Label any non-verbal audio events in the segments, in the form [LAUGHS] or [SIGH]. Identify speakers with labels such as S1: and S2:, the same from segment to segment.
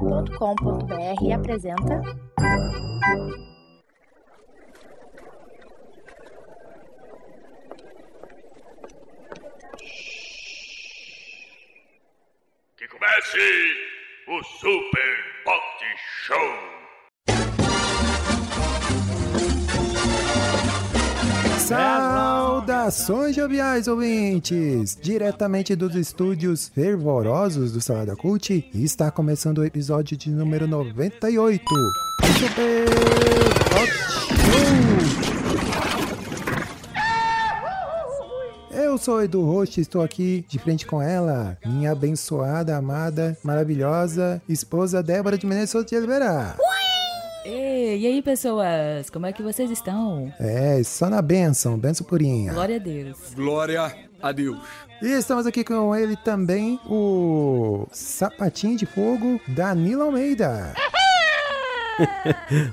S1: Saladacult.com.br apresenta
S2: Que comece o Super Pop Show!
S3: Saudações joviais ouvintes! Diretamente dos estúdios fervorosos do Salada Cult, está começando o episódio de número 98. Super Hot Show! Eu sou Edu Rocha e estou aqui de frente com ela, minha abençoada, amada, maravilhosa esposa Débora de Menezes Souto de Oliveira.
S4: Ei, e aí, pessoas? Como é que vocês estão?
S3: É, só na benção, benção purinha.
S4: Glória a Deus.
S5: Glória a Deus.
S3: E estamos aqui com ele também, o sapatinho de fogo, Danilo Almeida.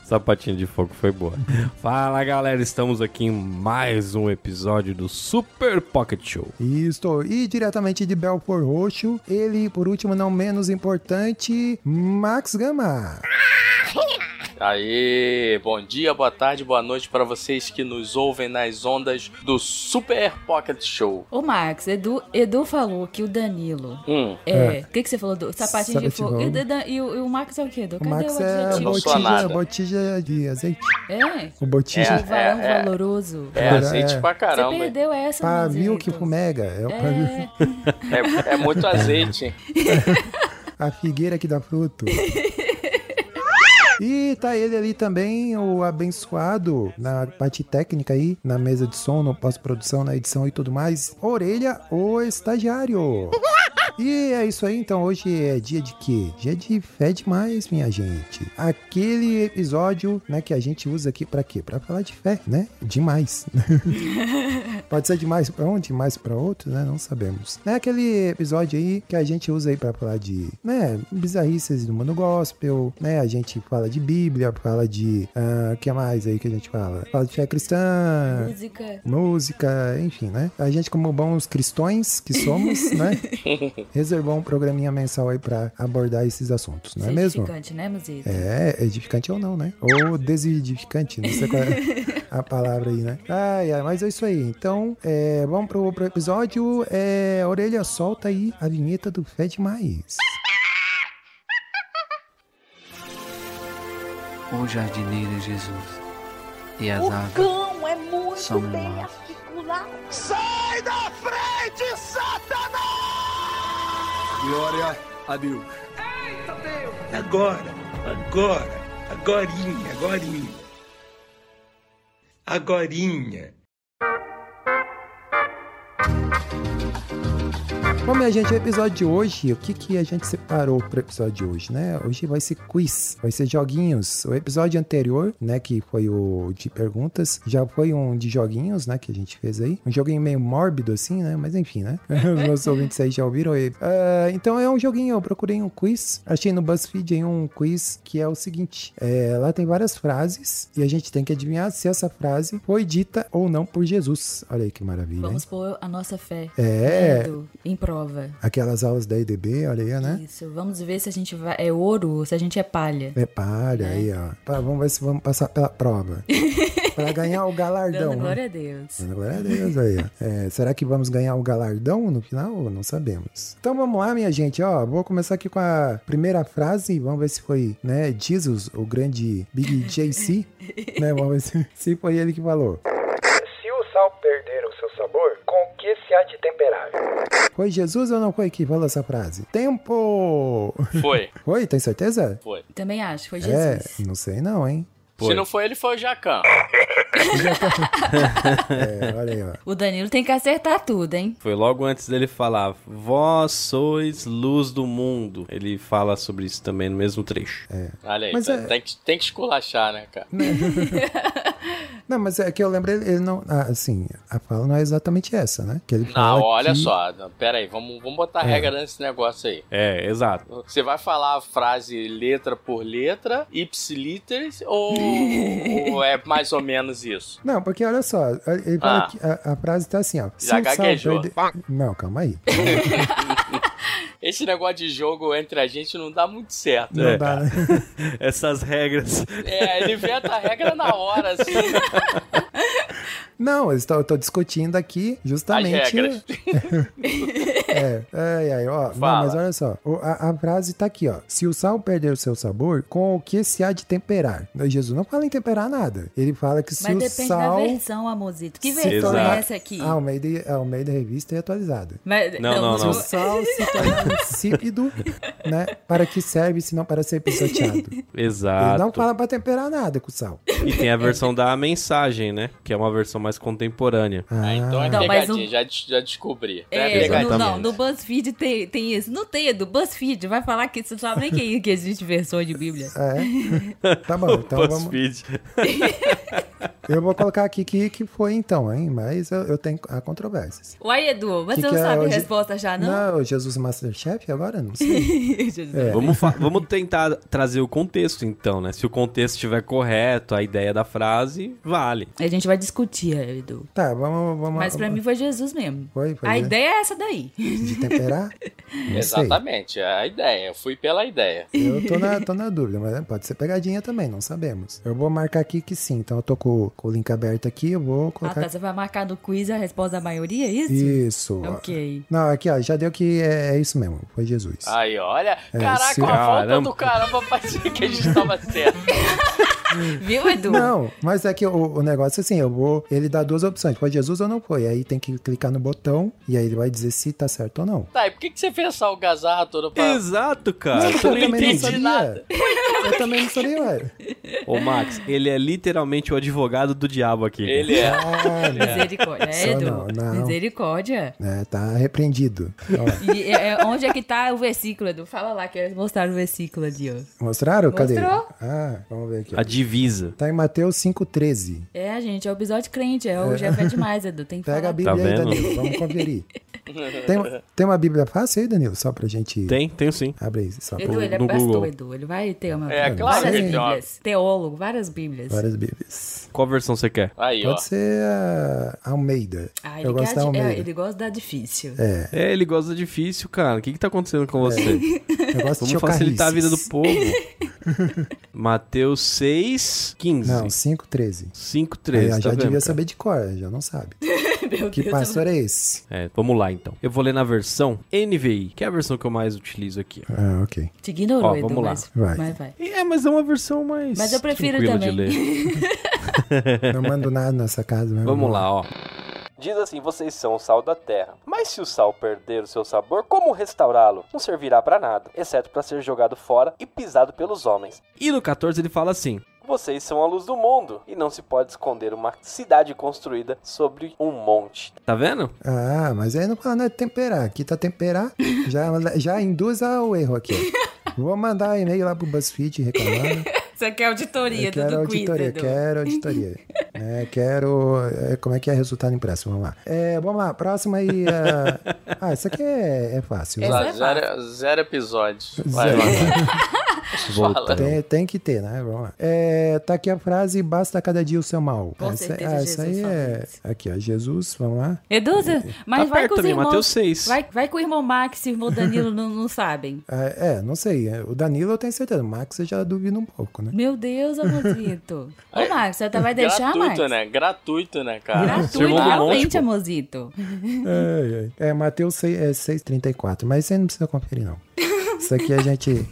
S6: Sapatinho de fogo foi boa. [LAUGHS] Fala galera, estamos aqui em mais um episódio do Super Pocket Show.
S3: E estou e diretamente de Belfort Roxo, ele, por último, não menos importante, Max Gama.
S7: Aê, bom dia, boa tarde, boa noite pra vocês que nos ouvem nas ondas do Super Pocket Show.
S4: Ô, Max, Edu, Edu falou que o Danilo.
S7: Hum,
S4: É. O que, que você falou do sapatinho
S3: Sapatinho
S4: de fogo?
S3: de
S4: E,
S3: fogo.
S4: o Dan- e o, e o Max é o quê? Do?
S3: O
S4: Cadê
S3: Max
S4: o
S3: é
S4: adjetivo?
S7: Não sou
S3: botija,
S7: nada.
S3: botija de azeite.
S4: É?
S3: O botija
S4: O varão
S7: É, é.
S4: valoroso.
S7: é azeite
S3: é.
S7: pra
S4: você
S7: caramba. hein?
S4: perdeu essa,
S3: pavio
S4: Manzito.
S3: que fumega. É o pavio,
S4: É,
S7: É, é muito azeite, hein?
S3: a figueira que dá fruto. E tá ele ali também, o abençoado, na parte técnica aí, na mesa de som, no pós-produção, na edição e tudo mais. Orelha, o estagiário. E é isso aí, então hoje é dia de quê? Dia de fé demais, minha gente. Aquele episódio, né, que a gente usa aqui pra quê? Pra falar de fé, né? Demais. [LAUGHS] Pode ser demais pra um, demais pra outro, né? Não sabemos. É aquele episódio aí que a gente usa aí pra falar de, né, bizarrices do mundo gospel, né? A gente fala de Bíblia, fala de, ah, que mais aí que a gente fala? Fala de fé cristã,
S4: música.
S3: música, enfim, né? A gente, como bons cristões que somos, né? Reservou um programinha mensal aí pra abordar esses assuntos, não é mesmo?
S4: Significante, né, Manzito?
S3: É, edificante ou não, né? Ou desedificante, não sei qual é a palavra aí, né? Ai, ai, mas é isso aí. Então, é, vamos pro, pro episódio. É, Orelha, solta aí a vinheta do Fé Demais.
S8: O jardineiro é Jesus e as
S9: O
S8: aves
S9: cão é muito
S8: são
S9: bem
S8: maus.
S9: articulado.
S5: Glória a Deus.
S10: Agora, agora, agorinha, agorinha. Agorinha.
S3: Bom, minha gente, o episódio de hoje, o que, que a gente separou pro episódio de hoje, né? Hoje vai ser quiz, vai ser joguinhos. O episódio anterior, né, que foi o de perguntas, já foi um de joguinhos, né, que a gente fez aí. Um joguinho meio mórbido, assim, né? Mas enfim, né? [LAUGHS] Os meus ouvintes aí já ouviram ele. Ah, então é um joguinho, eu procurei um quiz, achei no BuzzFeed aí um quiz que é o seguinte, é, lá tem várias frases e a gente tem que adivinhar se essa frase foi dita ou não por Jesus. Olha aí que maravilha, hein?
S4: Vamos pôr a nossa fé.
S3: É.
S4: Edu, Em prova.
S3: Aquelas aulas da EDB, olha aí, né?
S4: Isso. Vamos ver se a gente vai- é ouro ou se a gente é palha.
S3: É palha aí, ó. Pá, vamos ver se vamos passar pela prova.
S4: [LAUGHS]
S3: pra ganhar o galardão. né?
S4: Dando glória a Deus.
S3: Dando glória a Deus aí, ó. É, será que vamos ganhar o galardão no final? Não sabemos. Então vamos lá, minha gente, ó. Vou começar aqui com a primeira frase. Vamos ver se foi, né? Jesus, o grande Big JC. né? Vamos ver se, se foi ele que falou.
S11: Se o sal perder o seu sabor, com o que se há de temperar?
S3: Foi Jesus ou não foi que falou essa frase? Tempo!
S7: Foi,
S3: Foi? Tem certeza?
S7: foi.
S4: Também acho, foi
S3: É,
S4: Jesus.
S3: não sei não,
S4: [LAUGHS]
S3: hein?
S7: Se
S6: Foi.
S7: não foi ele, foi o Jacan.
S3: É, olha aí, ó.
S4: O Danilo tem que acertar tudo, hein?
S6: Foi logo antes dele falar, vós sois luz do mundo. Ele fala sobre isso também no mesmo trecho.
S7: Olha aí,
S3: Mas
S7: tá-
S3: é-
S7: tem, que, tem que esculachar, né, cara?
S3: Não, mas é que eu lembro, ele ele não. ah, Assim, a fala não é exatamente essa, né? Que ele fala.
S7: Não, olha
S3: que-
S7: só, não, pera aí, vamos, vamos botar regra nesse negócio aí.
S6: É, exato. [LAUGHS]
S7: Você vai falar a frase letra por letra, ipsiliteris,
S3: [LAUGHS]
S7: ou, ou é mais ou menos isso?
S3: Não, porque olha só, ele fala
S7: Ah.
S3: que a, a frase tá assim, ó.
S7: Já
S3: se o sal
S7: [LAUGHS] gaguejou.
S3: perder- Não, calma aí.
S7: Esse negócio de jogo entre a gente não dá muito certo.
S3: Não
S6: É.
S3: dá, né?
S6: Essas regras.
S7: É, ele inventa a regra na hora, assim.
S3: Não, eu estou, eu tô discutindo aqui justamente.
S7: As regras.
S3: É, ai, ai, ó. Não,
S7: Fala.
S3: mas olha só. o- a, a frase tá aqui, ó. Se o sal perder o seu sabor, com o que se há de temperar? Jesus não fala em temperar nada. Ele fala que se
S4: Mas
S3: o
S4: depende
S3: sal.
S4: da versão, Amozito. Que
S3: se
S4: versão
S6: tornar-
S4: é essa aqui?
S3: Ah, Almeida, Almeida Revista é atualizada.
S4: Mas-
S6: Não, não,
S3: Se
S6: não.
S3: o sal se tornar
S4: [LAUGHS]
S3: insípido, né? Para que serve se não para ser pisoteado? Ele
S6: Exato.
S3: não fala pra temperar nada com sal.
S6: E tem a versão da mensagem, né? Que é uma versão mais contemporânea.
S7: Ah, então é
S4: Não, mas
S7: pegadinha,
S4: o-
S7: já, des- já descobri. É,
S4: É,
S7: pegadinha.
S4: no, não,
S6: Exatamente.
S4: no BuzzFeed tem, tem isso. Não tem, é do BuzzFeed. Vai falar que você sabe nem que, que existe versão de Bíblia.
S3: É. Tá bom,
S6: [LAUGHS]
S3: então vamos.
S6: BuzzFeed.
S3: Eu vou colocar aqui que, que foi então, hein? Mas eu, eu tenho há controvérsias.
S4: [LAUGHS] Uai, Edu, mas
S3: Que
S4: você
S3: que
S4: não
S3: é
S4: sabe
S3: hoje?
S4: a resposta já, Ah, não?
S3: Não, Jesus Masterchef agora? Não sei.
S4: [LAUGHS] Jesus.
S3: É.
S6: Vamos, fa- vamos tentar trazer o contexto, então, né? Se o contexto estiver correto, a ideia da frase, vale.
S4: A gente vai discutir, Edu.
S3: Tá, vamos. vamos
S4: Mas pra mim foi Jesus mesmo.
S3: Foi, foi.
S4: A
S3: né?
S4: ideia é essa daí.
S3: De
S4: [LAUGHS]
S3: temperar? Não sei.
S7: Exatamente, é a ideia. Eu fui pela ideia.
S3: Eu tô na, tô na dúvida, mas pode ser pegadinha também, não sabemos. Eu vou marcar aqui que sim. Então eu tô com, com o link aberto aqui, eu vou
S4: Ah,
S3: colocar.
S4: tá. Você vai marcar no quiz a resposta da maioria, é isso?
S3: Isso. ó.
S4: Ok.
S3: Não, aqui, ó, já deu que é, é isso É, mesmo. Foi Jesus.
S7: Aí, olha. Caraca,
S3: se-
S7: a volta
S6: Caramba.
S7: do caramba parecia que a gente tava certo.
S4: Viu, Edu?
S3: Não, mas é que o, o negócio é assim, eu vou. Ele dá duas opções, foi Jesus ou não foi. Aí tem que clicar no botão e aí ele vai dizer se tá certo ou não.
S7: Tá, e por que, que você fez essa algazarra toda pra...
S6: Exato, cara.
S3: eu
S6: Tu não
S3: também não
S6: entende.
S3: sabia.
S7: nada.
S3: Eu também não sabia, ué.
S6: Ô, Max, ele é literalmente o advogado do diabo aqui.
S7: Ele é.
S3: Ah, né?
S4: Misericórdia. É,
S3: Só
S4: Edu.
S3: não, não.
S4: Misericórdia.
S3: É, tá repreendido. Ó,
S4: E é- é- onde é que tá o versículo, Edu? Fala lá, que eles mostraram o versículo ali, ó.
S3: mostraram? Cadê?
S4: Mostrou.
S3: Ah, vamos ver aqui. ó.
S6: A divisa.
S3: Tá em Mateus 5,13.
S4: É, gente, é o episódio crente. É, hoje é fé demais, Edu. Tem que
S3: Pega a
S4: falar.
S3: Bíblia aí,
S6: Tá vendo?
S3: Danilo. Vamos conferir.
S4: [LAUGHS]
S3: tem, tem uma Bíblia fácil aí, Danilo? Só pra gente.
S6: Tem, tem sim.
S3: Abre aí, só pra
S4: Edu, ele é
S6: no
S4: pastor,
S6: Google.
S4: Edu. Ele vai ter uma
S7: É,
S4: Bíblia.
S7: claro que
S4: várias
S7: ele tem uma-
S4: bíblias. Teólogo, várias bíblias.
S3: várias Bíblias.
S6: Qual versão você quer?
S7: Aí, ó.
S3: Pode ser a Almeida.
S4: Ah, ele,
S3: Eu gosto um
S4: quer-
S3: da
S4: é,
S3: Almeida.
S4: ele gosta da difícil.
S6: É, ele gosta difícil, cara. O que que tá acontecendo com você?
S3: Eu gosto de
S6: Vamos facilitar a vida do
S3: chocarrices.
S6: povo. [LAUGHS] Mateus 6, 15.
S3: Não, 5,13.
S6: 5,
S3: Aí,
S6: 13,
S3: ó,
S6: tá
S3: já
S6: vendo,
S3: devia
S6: cara?
S3: saber de cor, já não
S4: [LAUGHS]
S3: sabe.
S4: Meu
S3: que
S4: Deus,
S3: pastor é esse?
S6: É, vamos lá então. Eu vou ler na versão NVI, que é a versão que eu mais utilizo aqui.
S3: Ah,
S6: [LAUGHS]
S3: ok.
S4: te ignorou,
S6: Ó,
S4: Edu.
S6: vamos lá.
S4: Mas,
S3: Vai.
S4: mas vai.
S6: É, mas é uma versão mais.
S4: Mas eu prefiro
S6: tranquila
S4: também.
S6: De
S4: [LAUGHS]
S6: ler.
S3: Não mando nada nessa casa. mas
S6: Vamos lá, ó. Diz assim: vocês são o sal da terra. Mas se o sal perder o seu sabor, como restaurá-lo? Não servirá para nada, exceto para ser jogado fora e pisado pelos homens. E no 14 ele fala assim: vocês são a luz do mundo, e não se pode esconder uma cidade construída sobre um monte. Tá vendo?
S3: Ah, mas aí não fala nada de temperar. Aqui tá temperar, já, já induz ao erro
S4: [LAUGHS]
S3: aqui. ó. Vou mandar e-mail lá pro BuzzFeed reclamando.
S4: Você quer é auditoria
S3: Eu
S4: do,
S3: quero
S4: do quiz,
S3: auditoria,
S4: Edu.
S3: quero
S4: [LAUGHS]
S3: auditoria. É, quero. é, como é que é resultado impresso? Vamos lá. É, vamos lá, próxima aí. é-
S4: [LAUGHS]
S3: Ah, isso aqui é, é fácil.
S4: Essa
S3: Vai.
S4: é
S7: Zero, zero episódio. Vai,
S3: Zero.
S7: vai. [LAUGHS]
S6: Volta.
S3: Tem, tem que ter, né? Vamos lá. É, tá aqui a frase: basta cada dia o seu mal.
S4: Com
S3: essa,
S4: certeza,
S3: ah,
S4: Jesus
S3: essa aí
S4: falando
S3: é.
S4: isso.
S3: Aqui, ó, Jesus, vamos lá.
S4: Edu, você- mas vai
S6: Tá perto
S4: com os
S6: também,
S4: irmãos.
S6: Mateus 6.
S4: Vai, vai com o irmão Max e o irmão Danilo não, não sabem.
S3: Ah, é, não sei. é, O Danilo eu tenho certeza. O Max eu já duvido um pouco, né?
S4: Meu Deus, amorzinho. Ô, Max, você tá- vai deixar,
S7: Gratuito,
S4: Max?
S7: né? Gratuito, né, cara?
S6: Seu
S4: Gratuito,
S6: irmão do um monte,
S4: realmente,
S6: pô.
S4: amorzinho.
S3: Ai, ai. É, Mateus 6, é 6,34. Mas você não precisa conferir,
S4: [LAUGHS]
S3: não. Isso aqui a gente.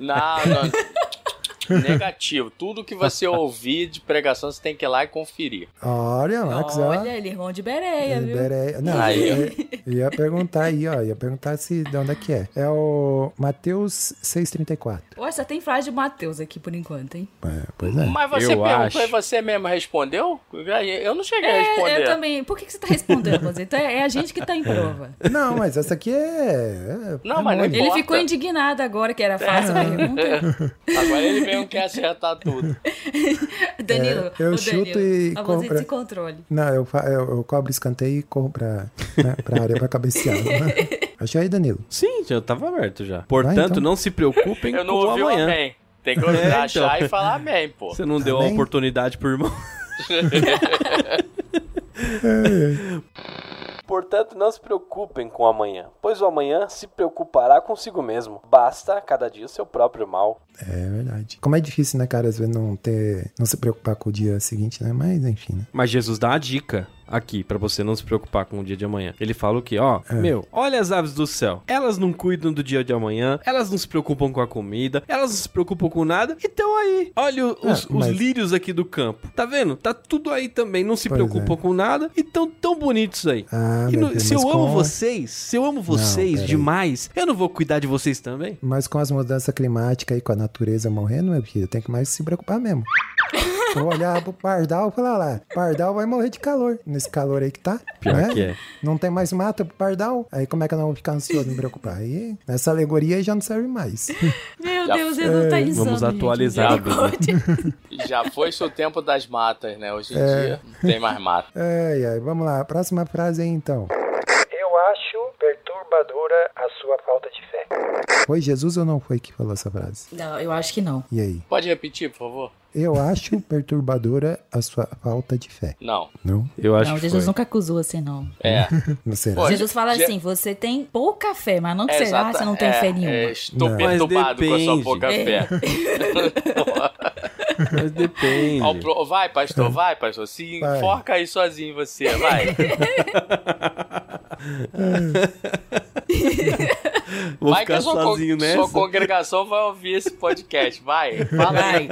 S7: Não, não. [LAUGHS] Negativo. Tudo que você ouvir de pregação, você tem que ir lá e conferir.
S3: Olha, Max, ó.
S4: Olha, ele é irmão de Bereia, viu?
S3: Liberé- Não,
S7: Aí, ó.
S3: eu
S6: [LAUGHS]
S3: ia, ia perguntar aí, ó. Ia perguntar se de onde é que é. É o Mateus 634.
S4: Ué, só tem frase de Matheus aqui por enquanto, hein?
S3: É, pois é.
S7: Mas você
S6: Eu
S7: perguntou
S6: acho.
S7: e você mesmo respondeu? Eu não cheguei a
S4: É,
S7: responder.
S4: eu também. Por que, que você tá respondendo, Mozinho? Então é, é a gente que tá em prova.
S3: Não, mas essa aqui é. é-
S7: Não,
S3: é
S7: mas não
S3: mole.
S4: Ele
S7: Bota.
S4: ficou indignado agora que era fácil a pergunta.
S7: Agora ele mesmo quer acertar tudo. É.
S4: Danilo,
S3: eu
S4: o Danilo,
S3: chuto e
S4: a
S3: compra.
S4: Mozinho se controle.
S3: Não, eu, fa- eu, eu cobro escanteio e corro pra, né, pra área pra
S6: [LAUGHS]
S3: cabecear. Achei aí, Danilo.
S6: Sim, já tava aberto já. Portanto,
S3: Vai, então.
S6: não se preocupem
S7: [LAUGHS] Eu não
S6: com o
S7: ouvi o
S6: amanhã.
S7: amém. Tem que ouvir,
S6: É,
S7: achar
S6: então.
S7: e falar amém, pô.
S6: Você não deu a
S3: Amém.
S6: oportunidade pro irmão. [LAUGHS] Portanto, não se preocupem com o amanhã, pois o amanhã se preocupará consigo mesmo. Basta cada dia o seu próprio mal.
S3: É verdade. Como é difícil, né, cara, às vezes não ter. não se preocupar com o dia seguinte, né? Mas enfim, né?
S6: Mas Jesus dá a dica aqui pra você não se preocupar com o dia de amanhã. Ele fala o quê? Ó,
S3: É.
S6: meu, olha as aves do céu. Elas não cuidam do dia de amanhã, elas não se preocupam com a comida, elas não se preocupam com nada e estão aí. Olha o- os,
S3: É,
S6: os
S3: mas-
S6: lírios aqui do campo. Tá vendo? Tá tudo aí também, não se
S3: Pois
S6: preocupam
S3: é.
S6: com nada e tão tão bonitos aí.
S3: Ah,
S6: E
S3: meu
S6: no-
S3: Deus,
S6: se eu
S3: mas
S6: amo
S3: com-
S6: vocês, se eu amo vocês
S3: peraí.
S6: demais, eu não vou cuidar de vocês também?
S3: Mas com as mudanças climáticas e com a natureza morrendo, meu filho, tem que mais se preocupar mesmo. Vou olhar pro pardal e falar lá, pardal vai morrer de calor, nesse calor aí que tá.
S6: Pior
S3: né?
S6: que é.
S3: Não tem mais mata pro pardal, aí como é que eu não vou ficar ansioso, me preocupar? Aí, essa alegoria aí já não serve mais.
S4: Meu
S7: Já
S4: Deus, ele não tá insano.
S6: Vamos
S4: gente,
S6: atualizar a Bíblia.
S4: misericórdia.
S7: [LAUGHS] Já foi seu tempo das matas, né? Hoje em
S6: É.
S7: dia não tem mais mata.
S3: Ai, ai, vamos lá, próxima frase aí então.
S11: Eu acho perturbadora a sua falta de fé.
S3: Foi Jesus ou não foi que falou essa frase?
S4: Não, eu acho que não.
S3: E aí?
S7: Pode repetir, por favor?
S3: Eu acho perturbadora a sua falta de fé.
S7: Não.
S3: Não?
S6: Eu acho
S4: não,
S6: que
S4: Jesus
S6: foi.
S4: nunca acusou assim, não.
S7: É.
S3: Não será?
S7: Pode.
S4: Jesus fala
S7: Je-
S4: assim: você tem pouca fé, mas não que
S7: é
S4: será
S7: exata-
S4: você não tem
S7: é,
S4: fé nenhuma.
S7: é, estou
S3: Não.
S7: perturbado
S6: Mas
S7: com a sua
S6: depende.
S7: pouca
S4: É.
S7: fé.
S6: Mas depende.
S7: Ó, pro- Vai, pastor, vai, pastor. Se
S3: É. Vai.
S7: enforca aí sozinho você, vai.
S6: [LAUGHS] Vou
S7: vai
S6: ficar
S7: que a sua,
S6: sozinho
S7: con-
S6: nessa.
S7: sua congregação vai ouvir esse podcast. Vai, fala aí.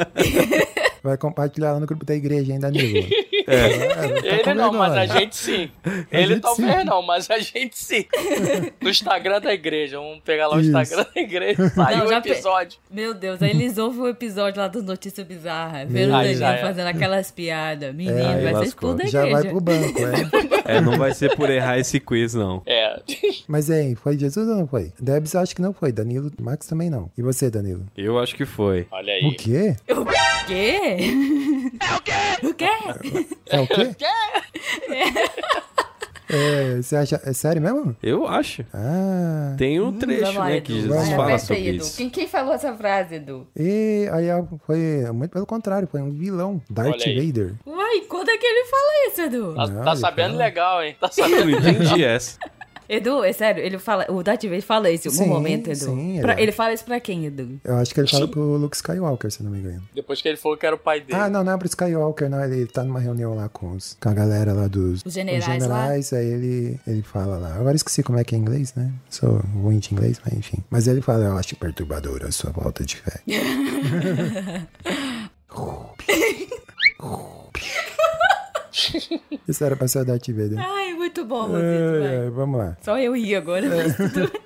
S3: Vai compartilhar lá no grupo da igreja, hein, Danilo? É, tá
S7: Ele
S3: com
S7: não, mas a
S3: vergonha.
S7: gente sim. Ele
S3: gente
S7: talvez
S3: sim.
S7: não, mas a gente
S3: [LAUGHS]
S7: sim. No Instagram da igreja. Vamos pegar lá o
S3: Isso.
S7: Instagram da igreja. Saiu
S4: Não,
S7: o
S4: já pe-
S7: episódio.
S4: Meu Deus, aí eles ouvem o episódio lá do Notícia Bizarra. Vendo o
S7: Ai,
S4: Daniel
S7: já é.
S4: fazendo aquelas piadas. Menino,
S3: É, aí
S4: vai ser
S6: lascou.
S4: tudo da
S3: Já vai
S4: igreja.
S3: pro banco, é.
S6: É, não vai ser por errar esse quiz, não.
S7: É. [LAUGHS]
S3: Mas, hein, foi Jesus ou não foi? Debs eu acho que não foi. Danilo, Max também não. E você, Danilo?
S6: Eu acho que foi.
S7: Olha
S3: O
S7: aí.
S3: quê?
S4: Quê? É o quê? O quê?
S3: É o
S7: [LAUGHS]
S3: quê? É, você acha... É sério mesmo?
S6: Eu acho.
S3: Ah...
S6: Tem um trecho,
S4: Hum, lá,
S6: né,
S4: Edu.
S6: que Jesus
S3: Vai,
S6: fala
S4: Aperta
S6: sobre
S4: aí, Edu.
S6: isso.
S4: Quem, quem falou essa frase, Edu?
S3: E aí ó, foi... Muito pelo contrário, foi um vilão. Darth
S7: Olha aí.
S3: Vader.
S4: Uai, quando é que ele fala isso, Edu?
S7: Tá,
S3: Não,
S7: tá
S3: ele
S7: sabendo
S3: fala.
S7: legal, hein? Tá
S6: Eu Ah, não
S7: sabendo.
S4: é?
S6: entendi essa.
S4: Edu, é sério, ele fala. O Darth Vader fala isso em algum
S3: Sim,
S4: momento, Edu.
S3: sim,
S4: Pra-
S3: ele- é.
S4: ele fala isso pra quem, Edu?
S3: Eu acho que ele fala pro Luke Skywalker, se eu não me engano.
S7: Depois que ele falou que era o pai dele.
S3: Ah, não, não é pro Skywalker, não. Ele tá numa reunião lá com, os, com a galera lá dos...
S4: Os generais lá.
S3: generais, aí ele, ele fala lá. Agora eu esqueci como é que é em inglês, né? Sou ruim de inglês, mas enfim. Mas ele fala, eu acho perturbadora a sua falta de
S4: [LAUGHS]
S3: fé. [LAUGHS] Isso era pra ser o Darth Vader.
S4: Ai, Ah, muito
S3: É,
S4: bom, Rosito,
S3: Ai,
S4: vai.
S3: ai, vamos lá.
S4: Só eu ri agora.
S3: É.
S4: mas tudo bem.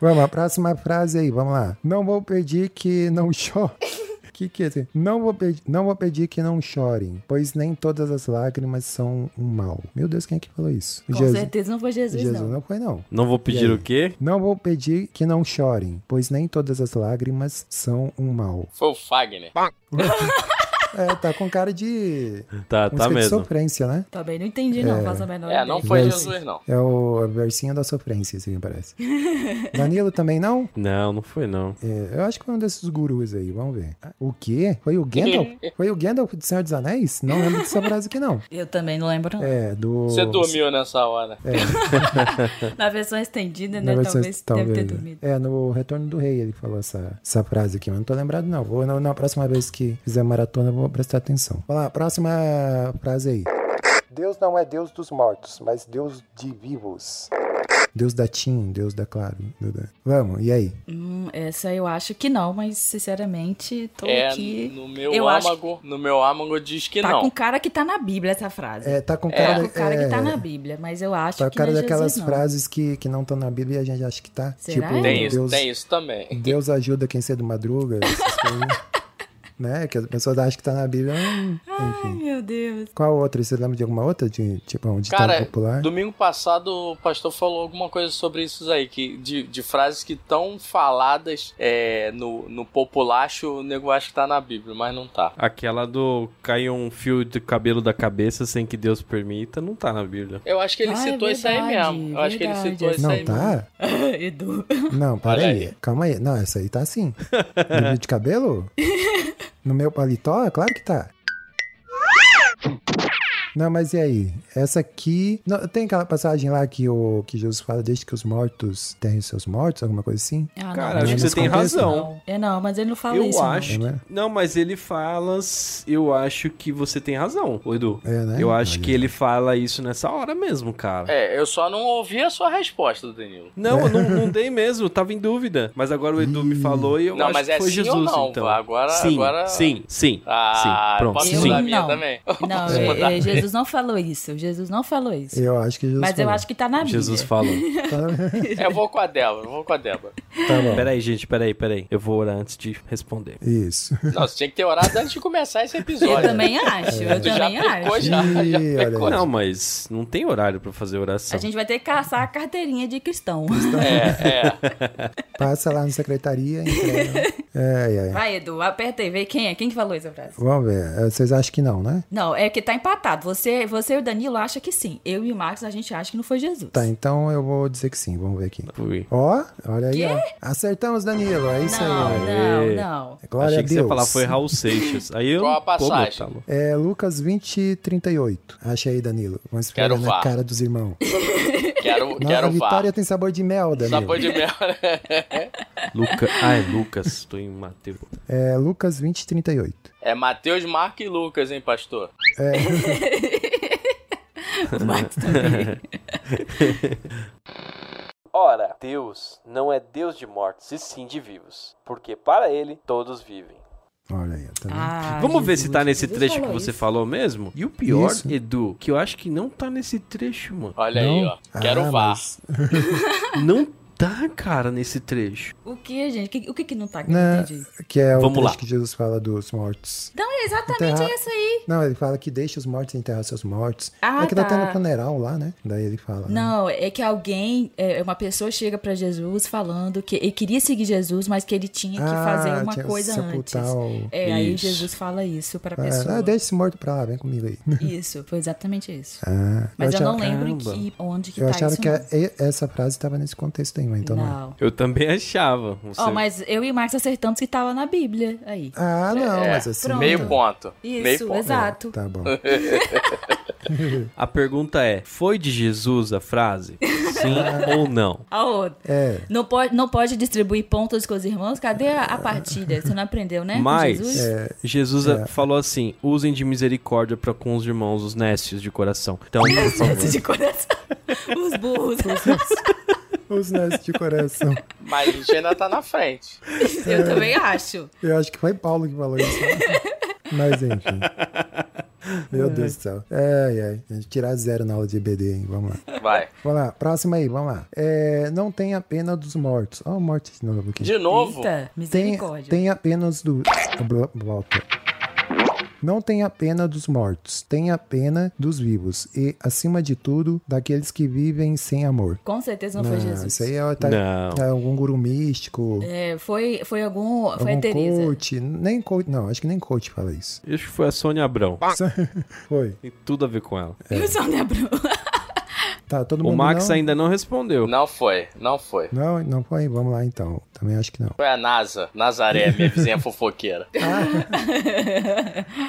S3: Vamos, a próxima frase aí, vamos lá. Não vou pedir que não
S4: [LAUGHS]
S3: chore. Que que é isso? Não vou, pedir, não vou pedir que não chorem, pois nem todas as lágrimas são um mal. Meu Deus, quem é que falou isso?
S4: Com
S3: Jesus.
S4: certeza não foi Jesus,
S3: Jesus
S4: não.
S3: não foi, não.
S6: Não vou pedir
S3: [LAUGHS] E aí?
S6: o quê?
S3: Não vou pedir que não chorem, pois nem todas as lágrimas são um mal.
S7: Foi o Fagner.
S3: É, tá com cara
S6: [LAUGHS]
S3: de.
S6: Tá,
S3: música
S6: tá
S3: de
S6: mesmo.
S3: sofrência, né?
S4: Também não entendi, não. Faço a menor
S7: É,
S4: ideia.
S7: não foi
S3: Mas-
S7: Jesus, não.
S3: É o versinho da sofrência, assim me
S4: [LAUGHS]
S3: parece. Danilo também não?
S6: Não, não foi não.
S3: É, eu acho que foi um desses gurus aí, vamos ver. O quê? Foi o Gandalf? Foi o Gandalf do Senhor dos Anéis? Não lembro dessa frase aqui,
S7: [LAUGHS]
S3: não.
S4: Eu também não lembro, não.
S3: É, do.
S7: Você dormiu nessa hora.
S4: Na versão estendida,
S3: Na
S4: né?
S3: versão-
S4: Talvez, deve ter dormido.
S3: É, no Retorno do Rei ele falou essa, essa frase aqui, mas não tô lembrado, não. Vou, na, na próxima vez que fizer maratona, eu vou prestar atenção. Vamos lá, próxima frase aí. Deus não é Deus dos mortos, mas Deus de vivos. Deus da Tim, Deus da Claro. Deus da- Vamos, e aí?
S4: Hum, essa eu acho que não, mas sinceramente, tô
S7: É,
S4: aqui.
S7: no meu
S4: eu acho
S7: âmago. No meu âmago diz que
S4: Tá
S7: não.
S4: com cara que tá na Bíblia essa frase.
S3: É, tá com
S4: Tá
S3: cara,
S4: com cara
S3: é,
S4: que tá na Bíblia, mas eu acho
S3: tá com
S4: que
S3: cara
S4: não é
S3: daquelas
S4: Jesus, não.
S3: frases que, que não estão na Bíblia e a gente acha que tá.
S4: Será?
S3: Tipo,
S7: Tem isso,
S3: Deus,
S7: tem isso também.
S3: Deus ajuda quem cedo madruga, essas coisas. [LAUGHS] né? Que as pessoas acham que tá na Bíblia. hum,
S4: Ai,
S3: Enfim.
S4: meu Deus. [LAUGHS]
S3: Qual outra? Você lembra de alguma outra? De, tipo, um ditado
S7: Cara,
S3: popular?
S7: domingo passado o pastor falou alguma coisa sobre isso aí, que, de, de frases que estão faladas é, no, no populacho, o nego acha que tá na Bíblia, mas não tá.
S6: Aquela do cai um fio de cabelo da cabeça sem que Deus permita, não tá na Bíblia.
S7: Eu acho que ele
S4: Ah, é
S7: citou isso aí
S4: verdade,
S7: mesmo. Eu acho que ele
S4: verdade,
S7: citou isso aí
S3: Não,
S7: mesmo.
S3: tá?
S4: Edu.
S3: Não, pera
S7: Olha
S3: aí. Calma aí. Não, essa aí tá assim. No meu de é cabelo? No meu paletó? Claro que tá. Não, mas e aí? Essa aqui. não, tem aquela passagem lá que, o, que Jesus fala: desde que os mortos tenham seus mortos, alguma coisa assim?
S4: Ah, não,
S6: Cara, acho
S3: Não,
S6: que você
S3: nesse
S6: tem
S3: contexto,
S6: razão.
S4: Não. É, não, mas ele não fala
S6: eu
S4: isso. não.
S6: acho.
S3: não. É, né?
S6: Não, mas ele fala. s- Eu acho que você tem razão, ô Edu.
S3: É, né?
S6: Eu acho
S3: Olha
S6: que
S3: só.
S6: ele fala isso nessa hora mesmo, cara.
S7: É, eu só não ouvi a sua resposta, Danilo.
S6: Não,
S3: Né?
S6: eu não,
S3: [LAUGHS]
S6: não dei mesmo, tava em dúvida. Mas agora o Edu me falou e eu
S7: Não,
S6: acho
S7: mas
S6: que
S7: é
S6: foi
S7: sim ou
S6: Jesus,
S7: não?
S6: então.
S7: Agora-
S6: sim,
S7: agora-
S6: sim, sim,
S7: Ah,
S6: sim. Pronto,
S7: posso
S6: sim.
S7: usar a minha
S4: Não.
S7: também? [LAUGHS]
S4: Não,
S7: Posso
S4: é,
S7: mandar?
S4: é, Jesus não falou isso. Jesus não falou isso.
S3: Eu acho que Jesus.
S4: mas eu acho que tá na Bíblia.
S6: Jesus falou.
S3: que.
S7: Eu vou com a Débora, eu vou com a Débora.
S3: Tá bom.
S6: Peraí, gente, peraí, peraí. Eu vou orar antes de responder.
S3: [LAUGHS] Isso.
S7: Nossa, tinha que ter orado antes de começar esse episódio.
S6: é.
S4: Eu também acho, eu
S7: Tu já
S4: também
S7: pecou,
S4: acho.
S7: já, já
S3: Ih, olha aí.
S7: pecou.
S6: Não, mas não tem horário pra fazer
S4: A
S6: oração.
S4: gente vai ter que caçar a carteirinha de cristão.
S7: É, é.
S3: Passa lá na secretaria, entrega. Ai, ai.
S4: Vai, Edu, aperta aí, vê quem é. Quem que falou essa frase?
S3: Vamos ver. Eh, Vocês acham que não, né?
S4: Não, é que tá empatado. Você, você e o Danilo acham que sim. Eu e o Marcos, a gente acha que não foi Jesus.
S3: Tá, então eu vou dizer que sim. Vamos ver aqui.
S6: Fui.
S3: Ó, olha aí, ó. Acertamos, Danilo. É isso
S4: Não,
S3: aí. É
S4: não,
S6: Aê.
S4: não.
S3: Glória
S6: Achei
S3: a
S6: que
S3: Deus.
S6: você ia falar foi Raul Seixas. Aí eu.
S7: Qual a
S6: Pô, meu tá
S7: passagem?
S6: talo.
S3: É Lucas 20, 38. Acha aí, Danilo. é Vamos esfregar
S7: Quero
S3: na
S7: vá.
S3: né? cara dos irmãos.
S7: [LAUGHS] é. Quero,
S3: Nossa, a
S7: quero vá.
S3: vitória tem sabor de mel, Danilo.
S7: Sabor de mel. [LAUGHS]
S6: Luca... Ah, é Lucas. Tô em Mateus.
S3: É Lucas 20, 38.
S7: É Matheus, Marco e Lucas, hein, pastor?
S3: É.
S4: O
S6: [LAUGHS]
S4: Marcos também.
S6: Ora, Deus não é Deus de mortos, e sim de vivos, porque para ele todos vivem.
S3: [LAUGHS] Olha aí, tá vendo?
S4: Ah,
S6: Vamos ver
S4: Jesus,
S6: se tá nesse
S4: Jesus
S6: trecho que você
S4: isso.
S6: falou mesmo? E o pior,
S3: Isso.
S6: Edu, que eu acho que não tá nesse trecho, mano.
S7: Olha aí,
S3: Não?
S7: ó. Quero
S3: Ah,
S7: vá.
S3: mas-
S6: Não tá, cara, nesse trecho.
S4: O que, gente? O que- O que que não tá? Que eu não
S3: Né,
S4: entendi.
S3: que é o
S6: Vamos
S3: trecho
S6: lá.
S3: que Jesus fala dos mortos.
S4: Então é exatamente
S3: Enterrar-
S4: isso aí.
S3: Não, ele fala que deixa os mortos enterrar seus mortos.
S4: Ah,
S3: é que tá
S4: tá.
S3: tendo um funeral lá, né? Daí ele fala. né?
S4: Não, é que alguém, é, uma pessoa chega pra Jesus falando que ele queria seguir Jesus, mas que ele tinha que
S3: Ah,
S4: fazer uma
S3: tinha que
S4: coisa antes.
S3: sepultar o-
S4: É, aí
S6: Isso.
S4: Jesus fala isso pra
S3: Ah,
S4: pessoa.
S3: ah, deixa esse morto pra lá, vem comigo aí. [LAUGHS]
S4: Isso, foi exatamente isso.
S3: Ah,
S4: Mas eu,
S3: achava-
S4: não lembro em
S6: Caramba.
S4: que, onde que
S3: Eu
S4: tá
S3: achava
S4: isso.
S3: que
S4: não.
S3: a- e- essa frase tava nesse contexto aí, mas então não. é.
S4: Não.
S6: Eu também achava. um Você...
S4: Ó, mas eu e o Marcos acertamos que tava na Bíblia aí.
S3: Ah, não, mas assim.
S4: pronto.
S7: Meio
S3: tá.
S7: ponto. É. Meio
S4: Isso,
S7: ponto.
S4: exato.
S3: Tá bom.
S6: A pergunta é: foi de Jesus a frase? Sim
S3: [LAUGHS]
S6: ou não?
S4: A outra.
S3: É.
S4: Não pode, não pode distribuir pontos com os irmãos? Cadê a, a partilha? Você não aprendeu, né? com
S6: Mas é,
S4: Jesus? [LAUGHS]
S3: É,
S6: Jesus, falou assim: usem de misericórdia para com os irmãos, os nécios de coração. Então, por favor.
S4: de coração. Os burros.
S3: Os nós de coração.
S7: Mas a gente ainda tá na frente.
S4: [LAUGHS] Eu também acho.
S3: Eu acho que foi Paulo que falou isso. Mas enfim. Meu Deus do céu. Ai, ai. A gente tirar zero na aula de EBD, hein? Vamos lá.
S7: Vai.
S3: Vamos lá, próxima aí, vamos lá. É, não tem a pena dos mortos. Ó, o morte de novo aqui.
S7: De novo.
S3: Tem,
S4: Eita, misericórdia.
S3: tem apenas do. Bla- Volta. Não tem a pena dos mortos, tem a pena dos vivos e, acima de tudo, daqueles que vivem sem amor.
S4: Com certeza não, foi Jesus.
S3: isso aí é, tá,
S6: Não.
S3: tá algum guru místico,
S4: É, foi, foi algum. Foi a
S3: algum
S4: Tereza.
S3: coach. Nem coach, não, acho que nem coach fala isso.
S6: Acho que foi a Sônia Abrão.
S3: Foi.
S6: Tem tudo a ver com ela.
S4: [LAUGHS] Eu só lembro.
S3: Tá, todo
S6: O
S3: mundo
S6: Max
S3: não?
S6: ainda não respondeu.
S7: Não foi, não foi.
S3: Não, não foi. Vamos lá então. Também acho que não.
S7: Foi a NASA, Nazaré,
S3: [LAUGHS]
S7: minha vizinha fofoqueira.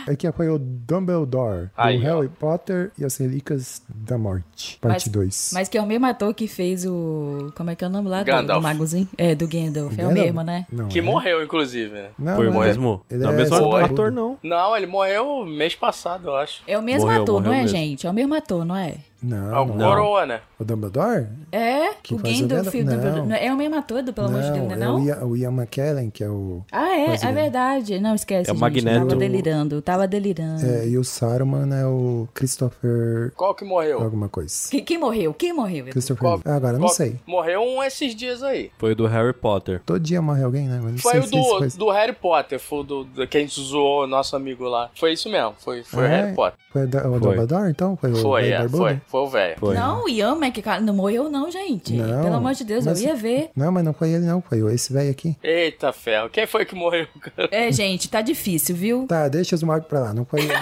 S3: Aqui É foi o Dumbledore,
S7: Aí,
S3: do
S7: ó.
S3: Harry Potter e as Relíquias da Morte,
S4: Mas-
S3: parte 2.
S4: Mas que é o mesmo ator que fez o. Como é que é o nome lá? do- Do
S7: Gandalf.
S4: Magozinho? É, do Gandalf. É o mesmo, né?
S3: Não,
S7: Que
S3: é.
S7: morreu, inclusive, né?
S3: Não,
S6: Foi o
S3: não é.
S6: mesmo?
S3: Ele
S6: Não,
S3: é
S6: mesmo
S7: Foi.
S6: ator, não.
S7: Não, ele morreu mês passado, eu acho.
S4: É o mesmo
S6: Morreu,
S4: ator, não
S6: morreu
S4: é,
S6: mesmo.
S4: gente? É o mesmo ator, não é?
S3: Não, não.
S7: Ah, o Coroa, né?
S3: O Dumbledore?
S4: É?
S3: Quem
S4: o
S3: faz o
S4: Gandalf e o
S3: Gandalf? Não.
S4: Dumbledore. Não, É o mesmo ator, do, pelo amor de Deus, não é
S3: é
S4: não?
S3: o Ian, o Ian McKellen, que é o...
S4: Ah, é,
S3: Pois
S4: é
S3: é.
S4: verdade. Não esquece,
S6: É o
S4: gente.
S6: Magneto.
S4: Tava delirando, tava delirando.
S3: É, e o Saruman é o Christopher...
S7: Qual que morreu?
S3: Alguma coisa.
S4: Quem, quem morreu? Quem morreu?
S3: Christopher...
S7: Qual-
S3: Ah, Agora, não
S7: Qual-
S3: sei.
S7: Morreu um esses dias aí.
S6: Foi o do Harry Potter.
S3: Todo dia morre alguém, né? Mas não
S7: Foi
S3: sei
S7: o
S3: se isso
S7: do,
S3: foi...
S7: do Harry Potter, foi o do, do que a gente zoou, nosso amigo lá. Foi isso mesmo, foi, foi o
S3: Ah,
S7: Harry
S3: é?
S7: Potter.
S3: Foi o da- o
S6: Foi.
S3: Dumbledore, então? Foi, o
S7: Foi,
S3: Rei
S7: é,
S3: Barbudo? né?
S7: foi, foi o velho.
S6: Foi.
S4: Não, o Ian McKellen não morreu não, gente.
S3: Não,
S4: Pelo amor de Deus,
S3: mas-
S4: eu ia ver.
S3: Não, mas não foi ele, não. Foi esse velho aqui.
S7: Eita ferro, quem foi que morreu, [LAUGHS] cara?
S4: É, gente, tá difícil, viu?
S3: Tá, deixa os mortos pra lá. Não
S7: [LAUGHS]
S3: foi ele.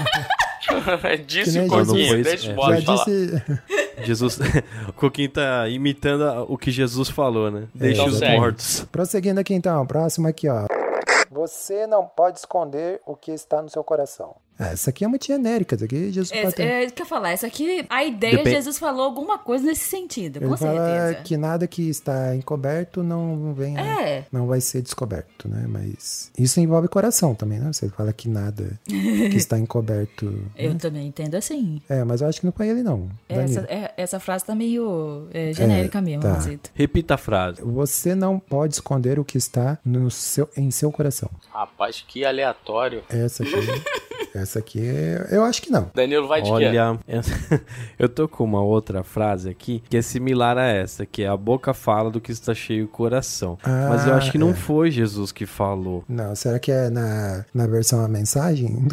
S3: Que
S7: Disse o
S3: nem
S6: Jesus.
S7: Coquinho,
S6: Foi
S7: deixa
S6: isso,
S7: o
S6: é.
S7: Bob
S3: Já
S7: falar.
S3: disse... [LAUGHS]
S6: Jesus. [LAUGHS] o Coquinho tá imitando a- o que Jesus falou, né? Deixa
S7: Então
S6: os
S7: segue.
S6: mortos.
S3: Prosseguindo aqui então, próximo aqui, ó. Você não pode esconder o que está no seu coração. Ah, essa aqui é muito genérica, essa aqui Jesus
S4: É,
S3: bateu.
S4: é, isso que eu ia falar, isso aqui, a ideia,
S6: Depen-
S4: Jesus falou alguma coisa nesse sentido, com
S3: Ele fala
S4: certeza.
S3: que nada que está encoberto não vem né? a-
S4: É.
S3: não vai ser descoberto, né? Mas isso envolve coração também, né? Você fala que
S4: [LAUGHS]
S3: nada que está encoberto. né?
S4: Eu também entendo assim.
S3: É, mas eu acho que não foi ele não.
S4: Essa,
S3: Danilo.
S4: é- essa frase tá meio é, genérica mesmo,
S3: tá.
S4: Rosita.
S6: Repita a frase.
S3: Você não pode esconder o que está no seu, em seu coração.
S7: Rapaz, que aleatório.
S3: Essa aqui.
S4: [LAUGHS]
S3: essa aqui é- eu acho que não.
S7: Danilo vai de quê?
S6: Olha, [LAUGHS] essa- eu tô com uma outra frase aqui que é similar a essa, que é a boca fala do que está cheio o coração.
S3: Ah,
S6: Mas eu acho que não
S3: é.
S6: foi Jesus que falou.
S3: Não, será que é na, na versão a
S4: [LAUGHS]
S3: mensagem?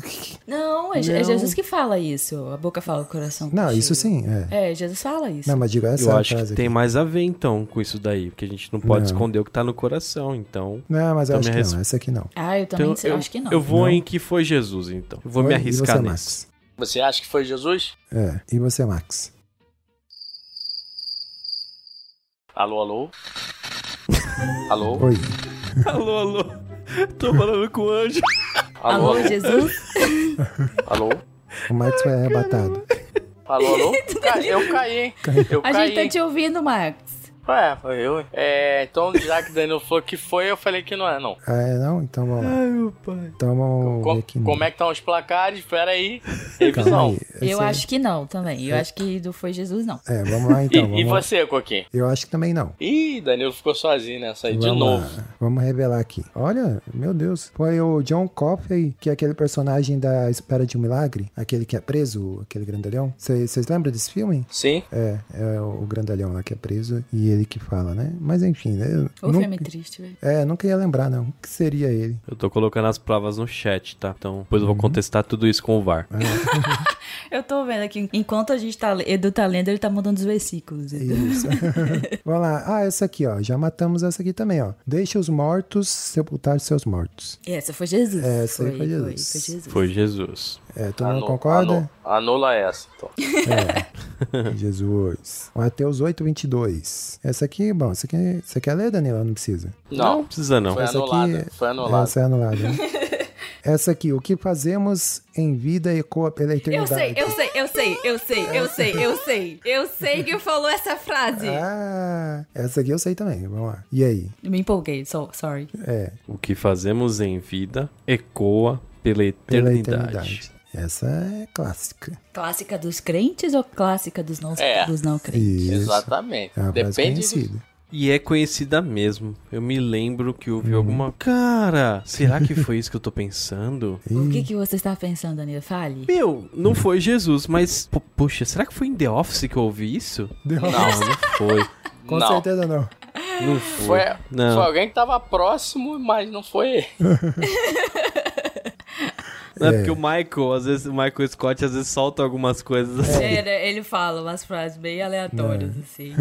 S4: Não, é, Je- é
S3: Não.
S4: Jesus que fala isso. A boca fala o coração. tá
S3: Não,
S4: cheio.
S3: isso sim, é.
S4: É, Jesus fala isso.
S3: Não, mas digo essa
S6: eu
S3: é a
S6: acho que
S3: frase aqui.
S6: tem mais a ver então com isso daí, porque a gente não pode
S3: Não.
S6: esconder o que tá no coração, então.
S3: Não, mas eu
S6: Então
S3: acho
S6: minha
S3: que
S6: resp-
S3: não, essa aqui não.
S4: Ah, eu também
S6: Então,
S4: sei, acho que não.
S6: Eu vou
S3: Não.
S6: em que foi Jesus, então. Eu vou
S3: Oi,
S6: me
S3: e
S6: arriscar
S3: você,
S6: nesse.
S7: Você acha que foi Jesus?
S3: Max? É, e você, Max? [LAUGHS]
S7: Alô, alô? Alô?
S3: Oi.
S6: Alô, alô. [LAUGHS] Tô falando com o anjo.
S7: Alô,
S4: Alô,
S7: alô?
S6: [LAUGHS]
S4: Jesus?
S7: Alô?
S3: O Max é foi arrebatado. [LAUGHS]
S7: Alô, alô? Ca- Eu caí, hein? Eu
S4: A
S7: caí.
S4: gente tá
S7: hein?
S4: te ouvindo, Max.
S7: Ué, foi eu. hein? É, então já que o Danilo falou que foi, eu falei que não é, não.
S3: Ah, é, não? Então vamos lá.
S6: Ai, meu pai.
S3: Então vamos
S7: Co-
S3: ver aqui.
S7: como é que estão os placares? Pera aí.
S3: [LAUGHS] Calma
S7: Revisão.
S3: aí.
S4: Eu
S3: Essa-
S4: acho que não também. Eu acho que não foi Jesus, não.
S3: É, vamos lá então.
S7: [LAUGHS] E, e
S3: vamos lá.
S7: você, Coquinho?
S3: Eu acho que também não.
S7: Ih, Danilo ficou sozinho nessa aí de
S3: Vamos
S7: novo.
S3: lá. Vamos revelar aqui. Olha, meu Deus. Foi o John Coffey, que é aquele personagem da Espera de um Milagre, aquele que é preso, aquele grandalhão. Vocês lembram desse filme?
S7: Sim.
S3: É, é o grandalhão lá que é preso e ele que fala, né? Mas enfim, né? eu
S4: Ô,
S3: nu-
S4: filme triste, velho.
S3: É, nunca ia lembrar, não. O que seria ele?
S6: Eu tô colocando as provas no chat, tá? Então depois eu vou contestar tudo isso com o VAR.
S4: Eu tô vendo aqui. Enquanto a gente tá, le- Edu tá lendo, ele tá mandando os versículos. Edu. [LAUGHS]
S3: Isso. Vamos lá. Ah, essa aqui, ó. Já matamos essa aqui também, ó. Deixa os mortos sepultar seus mortos.
S4: Essa foi Jesus.
S3: É, Essa aí foi
S4: Foi,
S3: Jesus.
S4: foi Jesus.
S6: Foi Jesus.
S3: É, todo mundo
S7: Anu-
S3: concorda?
S7: anu- Anula essa, então. [LAUGHS]
S3: Jesus. Mateus 8, 22. Essa aqui, bom, essa aqui, você quer ler, Danilo? Não precisa.
S7: Não,
S6: precisa não.
S7: Foi
S3: essa
S7: anulada,
S3: aqui-
S7: foi anulada.
S3: Essa é anulada.
S4: [LAUGHS]
S3: né? essa aqui, o que fazemos em vida ecoa pela
S4: Eu
S3: eternidade.
S4: sei, eu sei, eu sei, eu sei, eu sei, eu sei. Eu sei que falou essa frase.
S3: Ah, essa aqui eu sei também. Vamos lá. E aí?
S4: Eu Me empolguei, so, sorry.
S3: É,
S6: O que fazemos em vida ecoa pela
S3: pela
S6: eternidade.
S3: eternidade. Essa é clássica.
S4: Clássica dos crentes ou clássica dos não,
S7: É.
S4: dos não crentes?
S3: Isso.
S7: Exatamente.
S3: É uma frase
S7: Depende.
S3: conhecida.
S6: E é conhecida mesmo. Eu me lembro que houve alguma. Cara, será que foi isso que eu tô pensando?
S4: O que, que você está pensando, Danilo? Fale.
S6: Meu, não foi Jesus, mas. po- Poxa, será que foi em The Office que eu ouvi isso?
S3: Deu-
S6: Não, não foi.
S3: Com
S7: não.
S3: certeza não.
S6: Não foi.
S7: Foi,
S6: Não.
S7: foi alguém que tava próximo, mas não foi ele.
S6: Não é porque o Michael, às vezes, o Michael Scott às vezes solta algumas coisas assim.
S3: É.
S4: Ele, ele fala umas frases bem aleatórias, assim.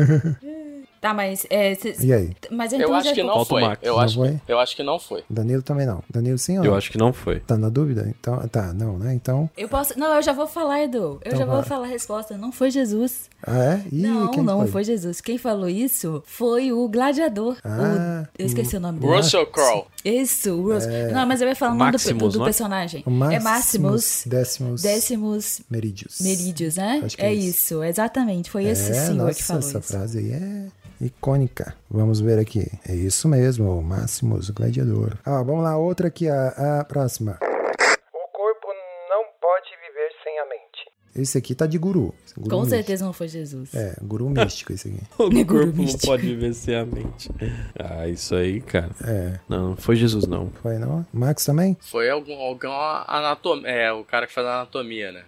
S3: [LAUGHS]
S4: tá, mas. É, cê-
S3: E aí?
S4: mas então
S7: Eu acho
S4: já
S7: que não
S6: Falta o
S7: foi.
S6: Max.
S7: Eu
S3: Não
S7: acho,
S3: foi?
S7: que- eu acho que não foi.
S3: Danilo também não. Danilo sim ou não?
S6: Eu acho que não foi.
S3: Tá na dúvida? Então, tá, não, né? Então.
S4: Eu posso. Não, eu já vou falar, Edu. Eu
S3: Então
S4: já vou
S3: vai.
S4: falar a resposta. Não foi Jesus.
S3: Ah, é? Ih,
S4: não,
S3: quem
S4: não
S3: foi?
S4: foi? Jesus. Quem falou isso foi o gladiador.
S3: Ah,
S4: O- eu esqueci o nome dele.
S7: Russell Crowe.
S4: Isso, o Russell. Não, mas eu ia falar o nome do- do,
S6: Maximus,
S4: do
S7: né?
S6: não é?
S4: personagem.
S3: O Maximus,
S4: é Máximos.
S3: Décimos.
S4: Décimos
S3: Merídios.
S4: Merídios, né?
S3: Acho que
S4: é
S3: é
S4: isso. exatamente. Foi esse
S3: é,
S4: senhor
S3: nossa,
S4: que falou
S3: essa
S4: isso.
S3: frase aí é icônica. Vamos ver aqui. É isso mesmo, o Máximos, o gladiador. Ah, vamos lá, outra aqui, a, a próxima.
S11: O corpo não pode viver sem a mente.
S3: Esse aqui tá de guru. Esse guru
S4: Com
S3: místico.
S4: certeza não foi Jesus.
S3: É, guru místico esse aqui.
S6: O
S4: Negócio
S6: corpo não
S4: místico.
S6: pode vencer a mente. Ah, isso aí, cara.
S3: É,
S6: Não, não foi Jesus, não.
S3: foi não? Max também? [LAUGHS]
S7: Foi algum, algum anatomia. É, o cara que faz anatomia, né?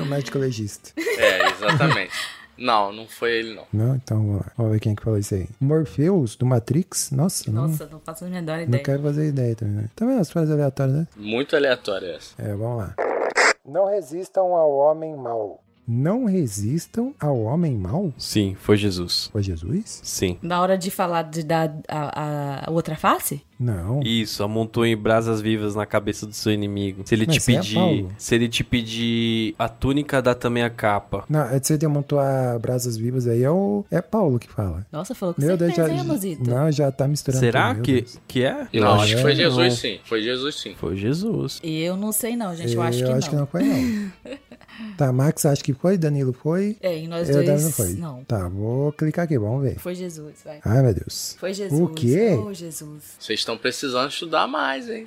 S3: O médico legista.
S7: É,
S3: [LAUGHS]
S7: exatamente. não, não foi ele, não.
S3: Não? Então vamos lá. Vamos ver quem que falou isso aí. Morpheus, do Matrix? Nossa, não,
S4: Nossa, não faço a menor
S3: não
S4: ideia.
S3: quero fazer ideia também, né? Também as frases aleatórias, né?
S7: Muito aleatório essa.
S3: É, vamos lá. Não resistam ao homem mau. Não resistam ao homem mau?
S6: Sim, foi Jesus.
S3: Foi Jesus?
S6: Sim.
S4: Na hora de falar de dar a, a outra face?
S3: Não.
S6: Isso, amontoe brasas vivas na cabeça do seu inimigo. Se ele
S3: Mas
S6: te
S3: isso é
S6: pedir,
S3: Paulo.
S6: se ele te pedir a túnica, dá também a capa.
S3: Não, é de você demontar brasas vivas aí é o é Paulo que fala.
S4: Nossa, falou com
S3: Meu Deus,
S4: certeza,
S3: já,
S4: hein, Amozito?
S3: não, já tá misturando.
S6: Será
S3: tudo, meu
S6: que,
S3: Deus.
S6: que é?
S7: Não,
S3: Não,
S7: acho que
S3: é
S7: foi
S3: não.
S7: Jesus sim. Foi Jesus sim.
S6: Foi Jesus.
S4: Eu não sei não, gente. Eu,
S3: É, Eu
S4: acho que não.
S3: foi, não. tá, Max acha que foi, Danilo foi.
S4: É, e nós
S3: eu
S4: dois...
S3: Danilo não foi.
S4: Não.
S3: Tá, vou clicar aqui, vamos ver.
S4: Foi Jesus, vai.
S3: Ai, meu Deus.
S4: Foi Jesus.
S3: O quê?
S4: Oh, Jesus.
S7: Vocês estão precisando estudar mais, hein?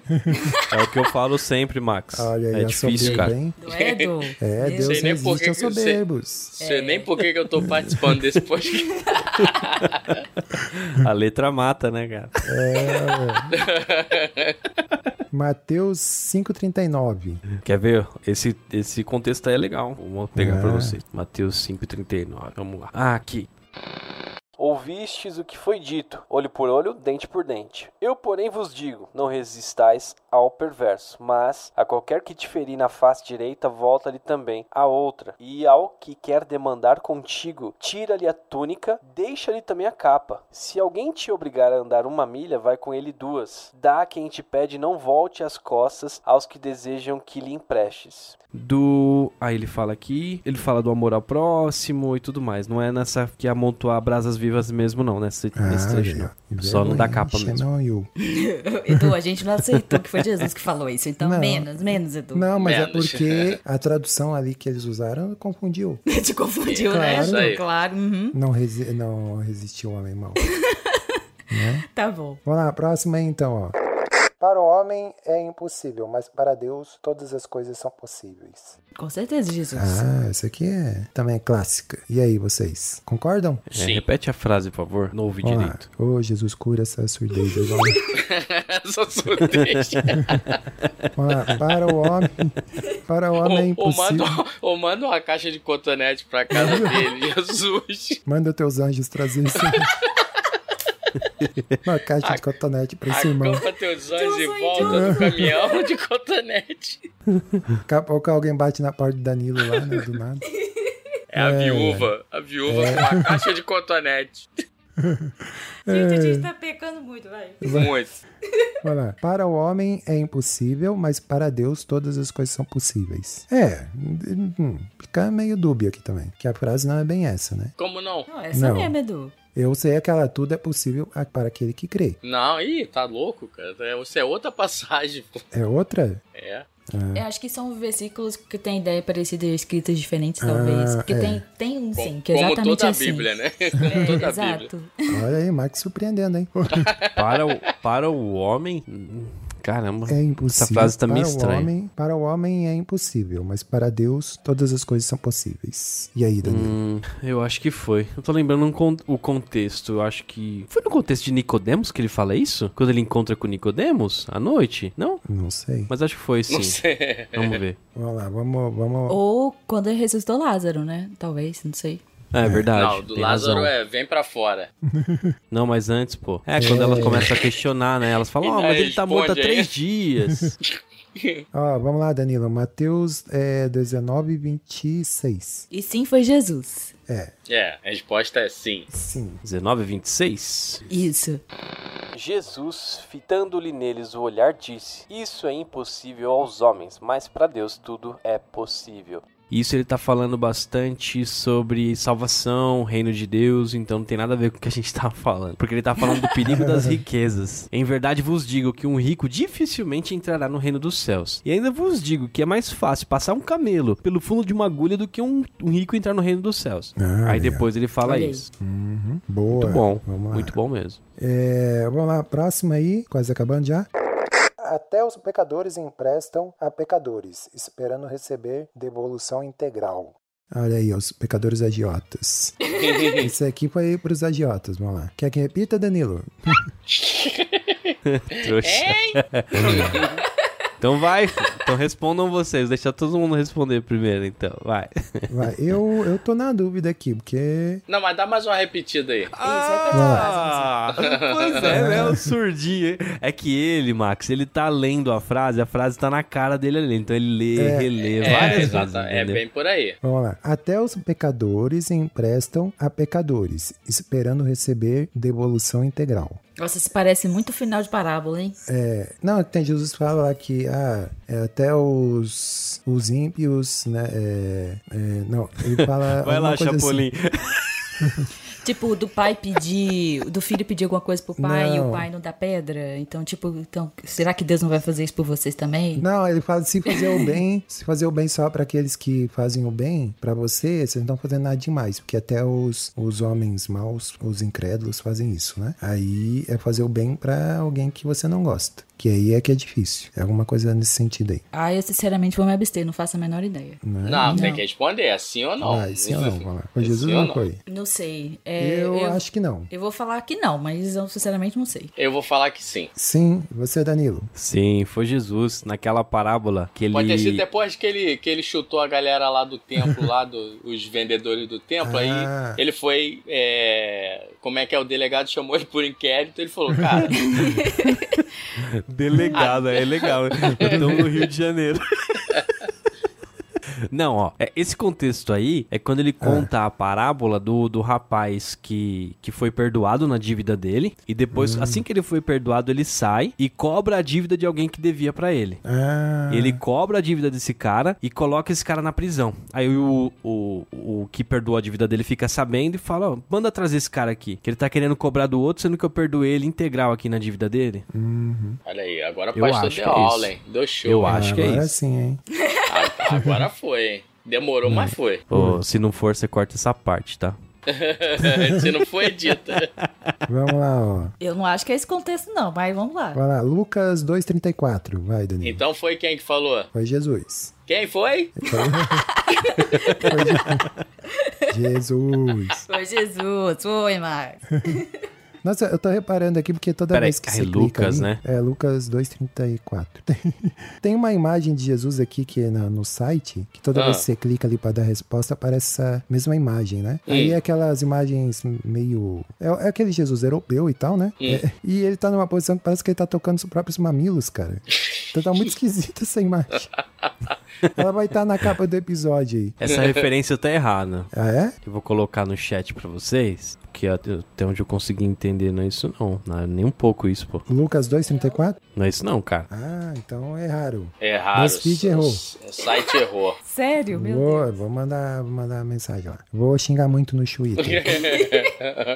S6: É o que eu falo sempre, Max.
S3: Olha aí,
S6: é
S3: eu
S6: difícil,
S3: soberbo,
S6: cara.
S3: hein?
S4: [LAUGHS] Do Edu.
S3: É,
S4: Meu
S3: Deus
S7: sei nem por
S3: resiste
S7: que
S3: aos
S7: que você-
S3: soberbos.
S7: Sei nem por que, que eu tô participando desse podcast.
S6: A letra mata, né, cara?
S3: Mateus 5,39.
S6: Quer ver? Esse, esse contexto aí é legal. Vou pegar pra
S3: Ah.
S6: você. Mateus 5,39. Vamos lá. Ah, aqui.
S8: Ouvistes o que foi dito, olho por olho, dente por dente. Eu, porém, vos digo: não resistais ao perverso, mas a qualquer que te ferir na face direita, volta-lhe também a outra. E ao que quer demandar contigo, tira-lhe a túnica, deixa-lhe também a capa. Se alguém te obrigar a andar uma milha, vai com ele duas. Dá a quem te pede, não volte as costas aos que desejam que lhe emprestes.
S6: Do. Aí ele fala aqui. Ele fala do amor ao próximo e tudo mais. Não é nessa que amontoar brasas vivas mesmo, não. Nesse, nesse trecho,
S3: Ah, olha aí, ó.
S6: não. Só não dá capa
S3: Vergonha,
S6: mesmo.
S3: Xenon e o-
S4: Edu, a gente não aceitou que foi Jesus que falou isso. Então,
S3: Não.
S4: menos, menos, Edu.
S3: Não, mas é
S7: Menos.
S3: porque a tradução ali que eles usaram confundiu.
S4: [LAUGHS] Te confundiu,
S3: Claro.
S4: né?
S3: Isso
S7: aí.
S4: Claro. uhum.
S3: Não, resi não resistiu o homem mau.
S4: Tá bom.
S3: Vamos lá, próxima aí então, ó. Para o homem é impossível, mas para Deus todas as coisas são possíveis.
S4: Com certeza, Jesus.
S3: Ah, isso aqui é também é clássica. E aí, vocês? Concordam?
S6: É,
S7: [LAUGHS]
S6: repete a frase, por favor. Não ouvi
S3: Vamos lá.
S6: É direito.
S3: Ô, Jesus, cura essa surdez. do homem.
S7: Só surdez.
S4: [LAUGHS]
S3: Vamos lá. Para o homem, para o homem é
S7: ou, ou, manda,
S3: impossível.
S7: ou manda uma caixa de cotonete pra
S4: [LAUGHS]
S7: casa dele, Jesus.
S3: Manda teus anjos trazer isso.
S6: [LAUGHS]
S3: Uma caixa de cotonete pra esse irmão.
S7: Acampa teus
S4: Deus,
S7: anjos e
S4: ai,
S7: volta no caminhão de cotonete.
S3: Daqui a pouco alguém bate na porta do Danilo lá, né? Do nada.
S7: É a viúva. A viúva
S4: É.
S7: com uma caixa de cotonete.
S4: Gente, a
S3: É.
S4: gente tá pecando muito, [LAUGHS] vai.
S7: Muito.
S3: Vai lá. Para o homem é impossível, mas para Deus todas as coisas são possíveis. É, hum, hum, fica meio dúbio aqui também, que a frase não é bem essa, né?
S7: Como não?
S4: Não, essa
S3: Não.
S4: mesmo, Edu.
S3: Eu sei aquela tudo é possível a- para aquele que crê.
S7: Não, ih, tá louco, cara. É- Isso é outra passagem, pô.
S3: É outra?
S7: É.
S4: Eu acho que são versículos que têm ideia parecida e escritas diferentes, talvez. Porque
S3: é.
S4: tem, tem um, sim, que é
S7: Como
S4: exatamente
S7: toda
S4: assim.
S7: a Bíblia, né?
S4: [LAUGHS]
S7: Como
S4: É,
S7: toda a Bíblia.
S4: exato.
S3: Olha aí, Max surpreendendo,
S6: [LAUGHS]
S3: hein?
S6: Para o, para o homem. hum, Caramba.
S3: É impossível.
S6: Essa frase tá meio
S3: para o
S6: estranha.
S3: Homem, para o homem é impossível, mas para Deus todas as coisas são possíveis. E aí, Danilo?
S6: Hum, eu acho que foi. Eu tô lembrando um con- o contexto. Eu acho que. Foi no contexto de Nicodemos que ele fala isso? Quando ele encontra com Nicodemos à noite? Não?
S3: Não sei.
S6: Mas acho que foi sim.
S7: Não sei.
S6: Vamos ver.
S3: Vamos lá, vamos. vamos...
S4: Ou quando ele ressuscitou Lázaro, né? Talvez, não sei.
S6: É, verdade.
S7: Não, do
S6: tem
S7: Lázaro
S6: razão.
S7: é vem pra fora.
S6: Não, mas antes, pô. É, quando elas começam a questionar, né? Elas falam,
S7: E
S6: ó,
S7: aí
S6: mas ele tá morto há
S7: responde aí.
S6: três
S7: [LAUGHS]
S6: dias.
S3: Ó, vamos lá, Danilo. Mateus é, 19, 26.
S4: E sim, foi Jesus.
S7: É, a resposta
S6: [LAUGHS]
S7: é sim.
S3: Sim.
S6: 19 26?
S4: Isso.
S8: Jesus, fitando-lhe neles o olhar, disse: Isso é impossível aos homens, mas para Deus tudo é possível.
S6: Isso ele tá falando bastante sobre salvação, reino de Deus, então não tem nada a ver com o que a gente tá falando. Porque ele tá falando do
S3: [LAUGHS]
S6: perigo das riquezas. Em verdade vos digo que um rico dificilmente entrará no reino dos céus. E ainda vos digo que é mais fácil passar um camelo pelo fundo de uma agulha do que um, um rico entrar no reino dos céus.
S3: Ah,
S6: Aí
S3: legal.
S6: depois ele fala
S4: Olha aí.
S6: isso.
S3: Boa.
S6: Muito bom,
S3: Vamos lá.
S6: muito bom mesmo.
S3: É, vamos lá, próxima aí, quase acabando já. Até os pecadores emprestam a pecadores, esperando receber devolução integral. Olha aí, os pecadores
S6: [LAUGHS]
S3: agiotas. Isso aqui foi pros agiotas, vamos lá. Quer que
S6: [LAUGHS]
S7: É,
S3: repita, Danilo?
S6: Trouxa. [LAUGHS] Então vai, filho. então respondam vocês. Deixa todo mundo responder primeiro, então. Vai.
S3: Vai, eu, eu tô na dúvida aqui, porque.
S7: Não, mas dá mais uma repetida aí. é
S6: Ah, pois é, né? O surdinho. hein? É que ele, Max, ele tá lendo a frase, a frase tá na cara dele ali. Então ele lê,
S3: É.
S6: relê
S7: é,
S6: várias
S7: exato,
S6: vezes.
S7: é
S6: entendeu?
S7: bem por aí.
S3: Vamos lá. Até os pecadores emprestam a pecadores, esperando receber devolução integral.
S4: Nossa, isso parece muito final de parábola, hein?
S3: É, não, tem Jesus fala lá que ah, é, até os, os ímpios, né? é, é, não, ele fala.
S6: [LAUGHS] Vai lá,
S3: alguma coisa assim.
S6: Chapolin.
S4: Tipo, do pai pedir, do filho pedir alguma coisa pro pai e
S3: Não.
S4: o pai não dá pedra. Então, tipo, então, será que Deus não vai fazer isso por vocês também?
S3: Não, ele fala se fazer o bem, se fazer o bem só para aqueles que fazem o bem, para você, vocês não estão fazendo nada demais, porque até os, os homens maus, os incrédulos fazem isso, né? Aí é fazer o bem para alguém que você não gosta, que aí é que é difícil. É alguma coisa nesse sentido aí.
S4: Ah, eu sinceramente vou me abster, não faço a menor ideia.
S6: Ah,
S3: Né?
S7: Não, tem
S4: Não.
S7: que responder, é sim ou não.
S3: Vai, Ah, sim ou não? Vamos lá. Foi
S7: Sim
S3: Jesus
S7: ou
S3: ou não
S7: não?
S3: foi?
S4: Não sei. É,
S3: eu, acho que não.
S4: eu vou falar que não, mas eu sinceramente não sei.
S7: Eu vou falar que sim.
S3: Sim, você, Danilo.
S6: Sim, foi Jesus naquela parábola que ele.
S7: Pode ter sido depois que ele, que ele chutou a galera lá do templo, lá do, os vendedores do templo,
S3: Ah.
S7: aí ele foi. é, como é que é? O delegado chamou ele por inquérito, ele
S6: [LAUGHS]
S7: falou, cara,
S6: Delegado, é legal. Estamos no Rio de Janeiro. [LAUGHS] Não, ó, é, esse contexto aí é quando ele conta a parábola do, do rapaz que, que foi perdoado na dívida dele, e depois, assim que ele foi perdoado, ele sai e cobra a dívida de alguém que devia pra ele.
S3: Ah,
S6: Ele cobra a dívida desse cara e coloca esse cara na prisão. Aí o, o, o que perdoa a dívida dele fica sabendo e fala: ó, manda trazer esse cara aqui, que ele tá querendo cobrar do outro, sendo que eu perdoei ele integral aqui na dívida dele.
S7: olha aí, agora o
S6: Eu
S7: pastor
S6: acho
S7: deu
S6: que é
S7: aula,
S6: isso.
S7: hein? Deu show.
S6: Eu
S7: hein?
S6: acho que é
S3: agora
S6: isso.
S3: sim, hein?
S7: Ah, tá, agora foi, hein? Demorou,
S6: É.
S7: mas foi.
S6: Ô, se não for, você corta essa parte, tá?
S7: [LAUGHS] Se não foi dita.
S3: Vamos lá, ó.
S4: Eu não acho que é esse contexto, não, mas vamos lá.
S3: Vai lá, Lucas 2,34. Vai, Danilo.
S7: Então foi quem que falou?
S3: Foi Jesus.
S7: Quem foi?
S3: Jesus.
S4: Foi Jesus, foi, Max.
S3: Nossa, eu tô reparando aqui porque toda
S6: Peraí,
S3: vez que
S6: é
S3: você clica
S6: Lucas,
S3: aí-
S6: né?
S3: É Lucas 234. [LAUGHS] Tem uma imagem de Jesus aqui que é na- no site, que toda
S7: Ah.
S3: vez que você clica ali pra dar a resposta, aparece essa mesma imagem, né?
S7: Hum.
S3: Aí é aquelas imagens meio é, é aquele Jesus europeu e tal, né?
S7: Hum.
S3: É, e ele tá numa posição que parece que ele tá tocando os próprios mamilos, cara. Então tá muito esquisita essa imagem. Ela vai estar na capa do episódio aí. [LAUGHS]
S6: Essa referência tá errada.
S3: Ah, é?
S6: Eu vou colocar no chat pra vocês, porque até onde eu consegui entender, não é isso não. Não é nem um pouco isso, pô.
S3: Lucas 234?
S6: Não é isso não, cara.
S3: Ah, então é raro.
S7: Erraram.
S3: BuzzFeed errou.
S7: O
S3: [LAUGHS]
S7: site errou.
S4: Sério, meu Deus.
S3: Vou, vou mandar, vou mandar mensagem lá. Vou xingar muito no Twitter.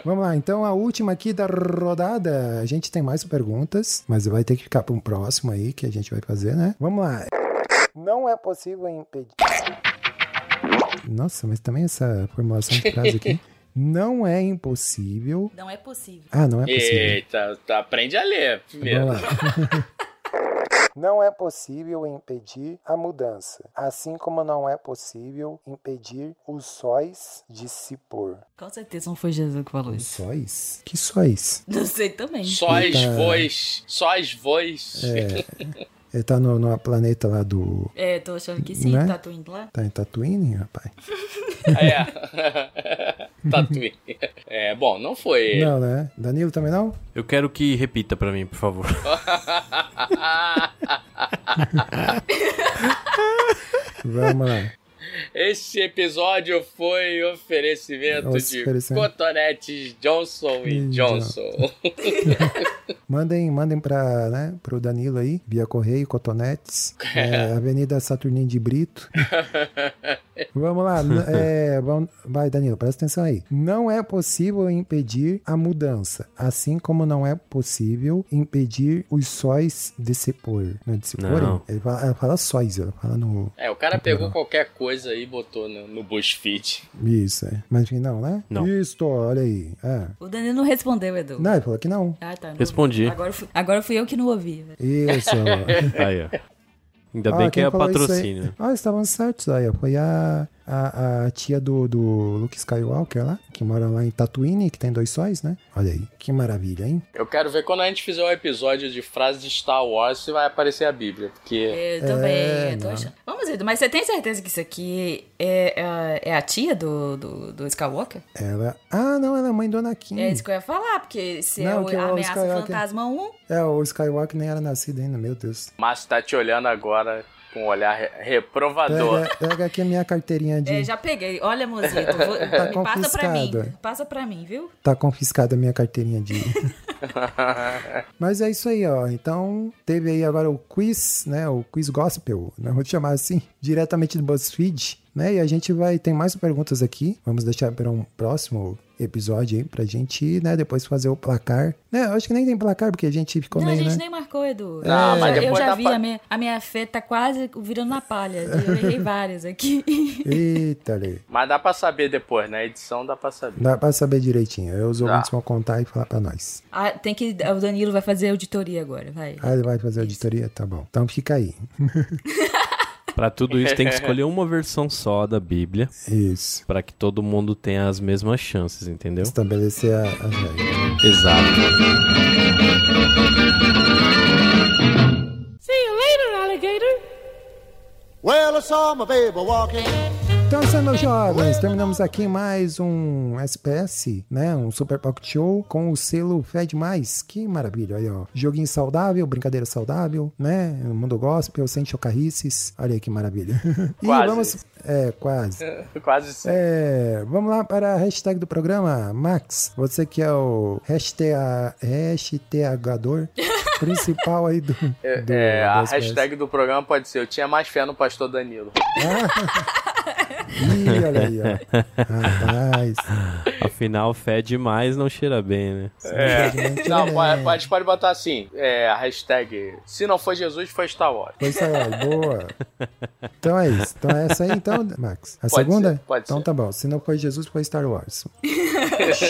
S3: Vamos lá, então a última aqui da rodada. A gente tem mais perguntas, mas vai ter que ficar para um próximo aí que a gente vai fazer, né? Vamos lá. Não é possível impedir. Nossa, mas também essa formulação de frase aqui. Não é impossível.
S4: Não é possível.
S3: Ah, não é possível.
S7: Eita, tá, aprende a ler primeiro.
S3: Vamos lá. [LAUGHS] Não é possível impedir a mudança, assim como não é possível impedir os sóis de se pôr.
S4: Com certeza não foi Jesus que falou isso.
S3: Sóis? Que sóis?
S4: Não sei também.
S7: Sóis
S3: Eita. É.
S7: voz. Sóis voz.
S3: Ele tá no, no planeta lá do.
S4: É, tô achando que sim,
S3: Né?
S4: tá tu indo lá.
S3: Tá em Tatooine, rapaz?
S7: [LAUGHS] É. Tatuí. É, bom, não foi.
S3: Não, né? Danilo também não?
S6: Eu quero que repita pra mim, por favor.
S3: Vamos lá.
S7: [LAUGHS] Esse episódio foi oferecimento
S3: Nossa,
S7: de
S3: É um oferecimento.
S7: cotonetes Johnson
S3: E
S7: e Johnson.
S3: Mandem, mandem pra, né, pro Danilo aí, Via Correio,
S7: [LAUGHS]
S3: Cotonetes, é, Avenida Saturnino de Brito.
S7: [LAUGHS]
S3: Vamos lá.
S6: [LAUGHS]
S3: n- é, vamos- vai, Danilo, presta atenção aí. Não é possível impedir a mudança, assim como não é possível impedir os sóis de se pôr. Não é de se
S6: Não.
S3: porem? Ele fala, ela fala sóis, ela fala no...
S7: É, o cara pegou qualquer coisa e botou no, no BuzzFeed.
S3: Isso, é. Mas enfim, não, né?
S6: Não.
S3: Isso, olha aí. É.
S4: O Danilo não respondeu, Edu.
S3: Não, ele falou que não.
S4: Ah, tá. não
S6: Respondi.
S4: ouvi. Agora, fui- agora fui eu que não ouvi.
S3: Isso,
S6: [LAUGHS] Aí, ó. [LAUGHS] Ainda
S3: Ah,
S6: bem que
S3: quem
S6: é
S3: falou isso aí?
S6: patrocínio.
S3: Ah, estavam certos aí. ó. Foi a, a, a tia do, do Luke Skywalker lá, que mora lá em Tatooine, que tem dois sóis, né? Olha aí, que maravilha, hein?
S7: Eu quero ver quando a gente fizer um episódio de frases de Star Wars se vai aparecer a Bíblia, porque.
S4: Eu também,
S3: É,
S4: eu tô
S3: mano.
S4: achando. Vamos, Edu, mas você tem certeza que isso aqui é, é, é a tia do, do, do Skywalker?
S3: Ela. Ah, não, ela é mãe do Anakin.
S4: É isso que eu ia falar, porque se
S3: Não, que
S4: é
S3: é
S4: o,
S3: o
S4: a ameaça
S3: Skywalker.
S4: fantasma 1,
S3: É, o Skywalker nem era nascido ainda, meu Deus.
S7: Márcio tá te olhando agora com um olhar re- reprovador.
S3: Pega, pega aqui a minha carteirinha de.
S4: é, já peguei. Olha, mozito, vou-
S3: [LAUGHS] Tá
S4: me passa pra mim.
S3: confiscada.
S4: Passa pra mim, viu?
S3: Tá confiscada a minha carteirinha
S4: [LAUGHS]
S3: de. Mas é isso aí, ó. Então, teve aí agora o quiz, né? O quiz gospel, né? Vou chamar assim, diretamente do BuzzFeed, né? E a gente vai. Tem mais perguntas aqui. Vamos deixar para um próximo episódio aí pra gente, né? Depois fazer o placar. Né? Eu acho que nem tem placar, porque a gente ficou
S4: não, a
S3: meio,
S4: gente
S3: né? Ah,
S4: nem marcou, Edu.
S7: Não,
S4: Eu
S7: mas
S4: já- eu
S7: depois
S4: já
S7: dá
S4: vi,
S7: pra-
S4: a, minha, a minha fé tá quase virando na palha. Eu errei várias aqui. [LAUGHS]
S3: Eita, ali.
S7: [LAUGHS] Mas dá pra saber depois, na edição dá pra saber. [LAUGHS]
S3: Dá pra saber direitinho. Aí Os
S7: Tá.
S3: ouvintes vão contar e falar pra nós.
S4: Ah, tem que. O Danilo vai fazer auditoria agora, vai.
S3: Ah, ele vai fazer auditoria? Tá bom. Então fica aí.
S6: Pra tudo isso tem que escolher uma versão só da Bíblia,
S3: Isso.
S6: pra que todo mundo tenha as mesmas chances, entendeu?
S3: Estabelecer a, a regra.
S6: Exato.
S9: Well, I saw my baby walking.
S3: Então, isso é meu jovens. Terminamos aqui mais um SPS, né? Um Super Pocket Show com o selo Fed Mais. Que maravilha, aí, ó. Joguinho saudável, brincadeira saudável, né? O mundo gospel, sem chocarrices. Olha aí que maravilha. [LAUGHS] e
S7: Quase.
S3: vamos. É, quase.
S7: Quase sim.
S3: É, vamos lá para a hashtag do programa, Max. Você que é o hashtag, hashtagador principal aí do. do
S7: É,
S3: do
S7: a
S3: SPS.
S7: hashtag do programa pode ser Eu tinha mais fé no pastor
S3: [LAUGHS]
S7: Danilo.
S3: Ih, olha
S7: [LAUGHS]
S3: aí, ó. Rapaz.
S6: Afinal, fé é demais não cheira bem, né?
S3: infelizmente,
S7: Não,
S3: né?
S7: pode, pode, pode botar assim, é, a hashtag Se não foi Jesus, foi Star Wars.
S3: Pois é, boa. Então é isso. Então é essa aí, então, Max. A
S7: Pode
S3: segunda?
S7: ser, pode
S3: então
S7: ser.
S3: tá bom. Se não foi Jesus, foi Star
S7: [LAUGHS]
S3: Wars.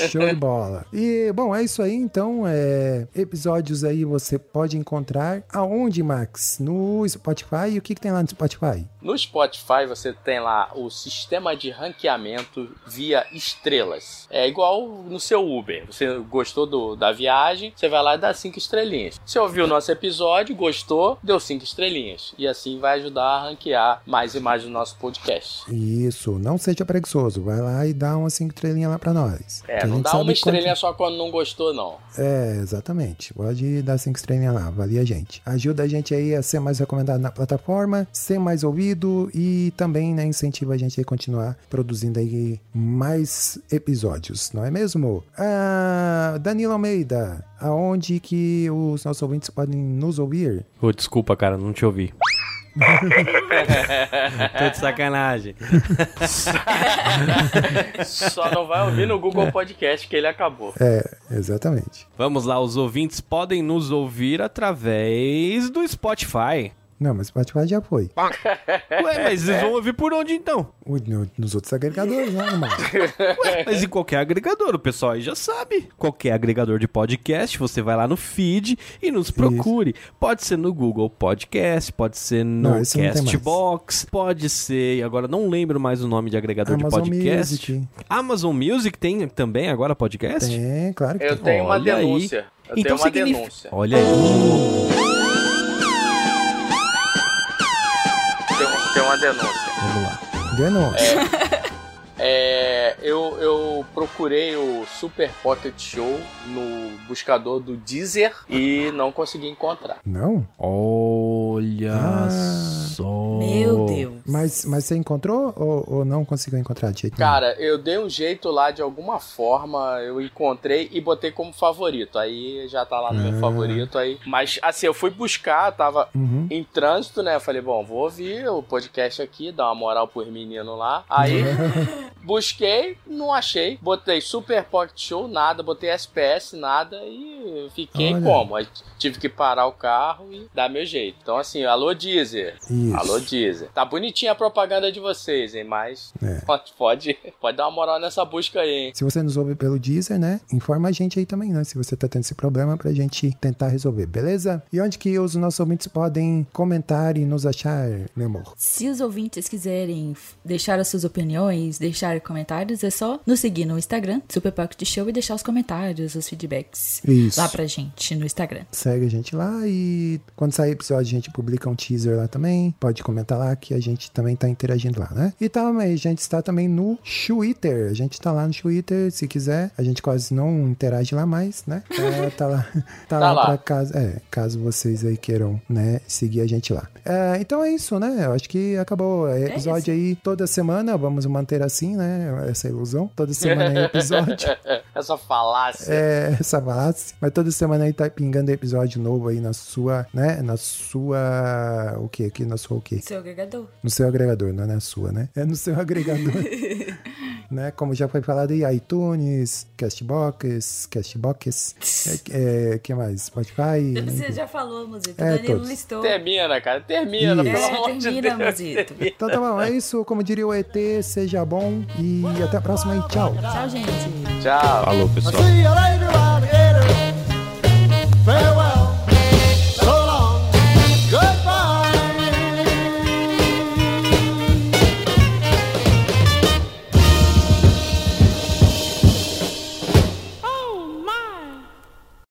S3: Show de bola. E, bom, é isso aí. Então, é, episódios aí você pode encontrar aonde, Max? No Spotify. E o que, que tem lá no Spotify?
S7: No Spotify você tem lá o sistema de ranqueamento via estrelas. É igual no seu Uber. Você gostou do- da viagem, você vai lá e dá cinco estrelinhas. Você ouviu o nosso episódio, gostou, deu cinco estrelinhas. E assim vai ajudar a ranquear mais e mais o nosso podcast.
S3: Isso, não seja preguiçoso. Vai lá e dá uma cinco estrelinhas lá pra nós. Que
S7: É,
S3: Então a
S7: não
S3: gente
S7: dá
S3: sabe
S7: uma
S3: quanto-
S7: estrelinha só quando não gostou, não.
S3: É, exatamente. Pode dar cinco estrelinhas lá, avalia a gente. Ajuda a gente aí a ser mais recomendado na plataforma, ser mais ouvido e também né, incentiva a gente a continuar produzindo aí mais episódios, não é mesmo? Ah, Danilo Almeida, aonde que os nossos ouvintes podem nos ouvir?
S6: Ô, desculpa, cara, não te ouvi. [LAUGHS] Tô de sacanagem.
S7: Só não vai ouvir no
S3: É.
S7: Google Podcast que ele acabou.
S3: Exatamente.
S6: Vamos lá, os ouvintes podem nos ouvir através do Spotify.
S3: Não, mas o Spotify já foi.
S6: Ué, mas eles vão ouvir por onde então?
S3: O- no- Nos outros agregadores, né, irmão?
S6: Mas em qualquer agregador, o pessoal aí já sabe. Qualquer agregador de podcast, você vai lá no feed e nos procure. Pode ser no Google Podcast, pode ser no
S3: Não, esse não tem mais.
S6: Castbox, pode ser. Agora não lembro mais o nome de agregador
S3: Amazon
S6: de podcast.
S3: Music.
S6: Amazon Music tem também agora podcast?
S3: Tem, claro que
S7: Eu tenho uma
S6: Olha aí.
S7: denúncia. Eu
S3: Então
S7: tenho uma
S6: significa-
S7: denúncia.
S6: Olha aí.
S7: Tem, um- tem uma denúncia.
S6: Vamos lá.
S3: tem. Denúncia.
S7: É, eu, eu procurei o Super Pocket Show no buscador do Deezer e não consegui encontrar.
S3: Não?
S6: Olha
S3: Ah.
S6: só.
S4: Meu Deus.
S3: oh, Mas, mas você encontrou ou, ou não conseguiu encontrar de jeito nenhum?
S7: Cara, eu dei um jeito lá de alguma forma, eu encontrei e botei como favorito. Aí já tá lá no
S3: Ah.
S7: meu favorito aí. Mas assim, eu fui buscar, tava
S3: Uhum.
S7: em trânsito, né? Eu falei, bom, vou ouvir o podcast aqui, dar uma moral pros meninos lá. Aí busquei, não achei. Botei Super Pocket Show, nada. Botei SPS, nada. E eu fiquei
S3: Olha.
S7: como? Aí tive que parar o carro e dar meu jeito. Então, assim, alô, Deezer.
S3: [LAUGHS] Isso.
S7: Alô, Deezer. Tá bonitinha a propaganda de vocês, hein? Mas
S3: É.
S7: pode, pode, pode dar uma moral nessa busca aí, hein?
S3: Se você nos ouve pelo Deezer, né? Informa a gente aí também, né? Se você tá tendo esse problema pra gente tentar resolver, beleza? E onde que os nossos ouvintes podem comentar e nos achar, meu amor?
S4: Se os ouvintes quiserem f- deixar as suas opiniões, deixar comentários, é só nos seguir no Instagram, Super Pocket Show, e deixar os comentários, os feedbacks
S3: Isso.
S4: lá pra gente no Instagram.
S3: Segue a gente lá e quando sair episódio a gente publica um teaser lá também. Pode comentar lá que a gente também tá interagindo lá, né? E tá, mas a gente está também no Twitter. A gente tá lá no Twitter, se quiser. A gente quase não interage lá mais, [LAUGHS] né? É, tá lá, tá lá,
S7: lá.
S3: pra caso, é, caso vocês aí queiram, né, seguir a gente lá. É, então é isso, né? Eu acho que acabou. É
S4: É
S3: episódio aí toda semana. Vamos manter assim, né? Essa ilusão. Toda [LAUGHS] semana é
S7: [LAUGHS]
S3: episódio.
S7: Essa falácia.
S3: É, [LAUGHS] essa falácia. Mas toda semana aí tá pingando episódio novo aí na sua, né? Na sua. O que? Aqui na sua o quê?
S4: Seu agregador.
S3: No seu agregador, não é na sua, né? É no seu [LAUGHS] agregador. né? Como já foi falado aí, iTunes, Castbox, Castbox. É, é, que mais? Spotify.
S4: Você já falou, Musito.
S3: É,
S4: Danilo
S3: todos.
S4: listou. É,
S7: Termina, cara. Termina,
S3: Isso.
S7: pelo amor de
S4: termina,
S7: Deus.
S4: Musito.
S3: Então tá bom, é isso. Como diria o ET, seja bom e até a próxima e tchau.
S4: Tchau, gente.
S7: Tchau.
S9: See you later,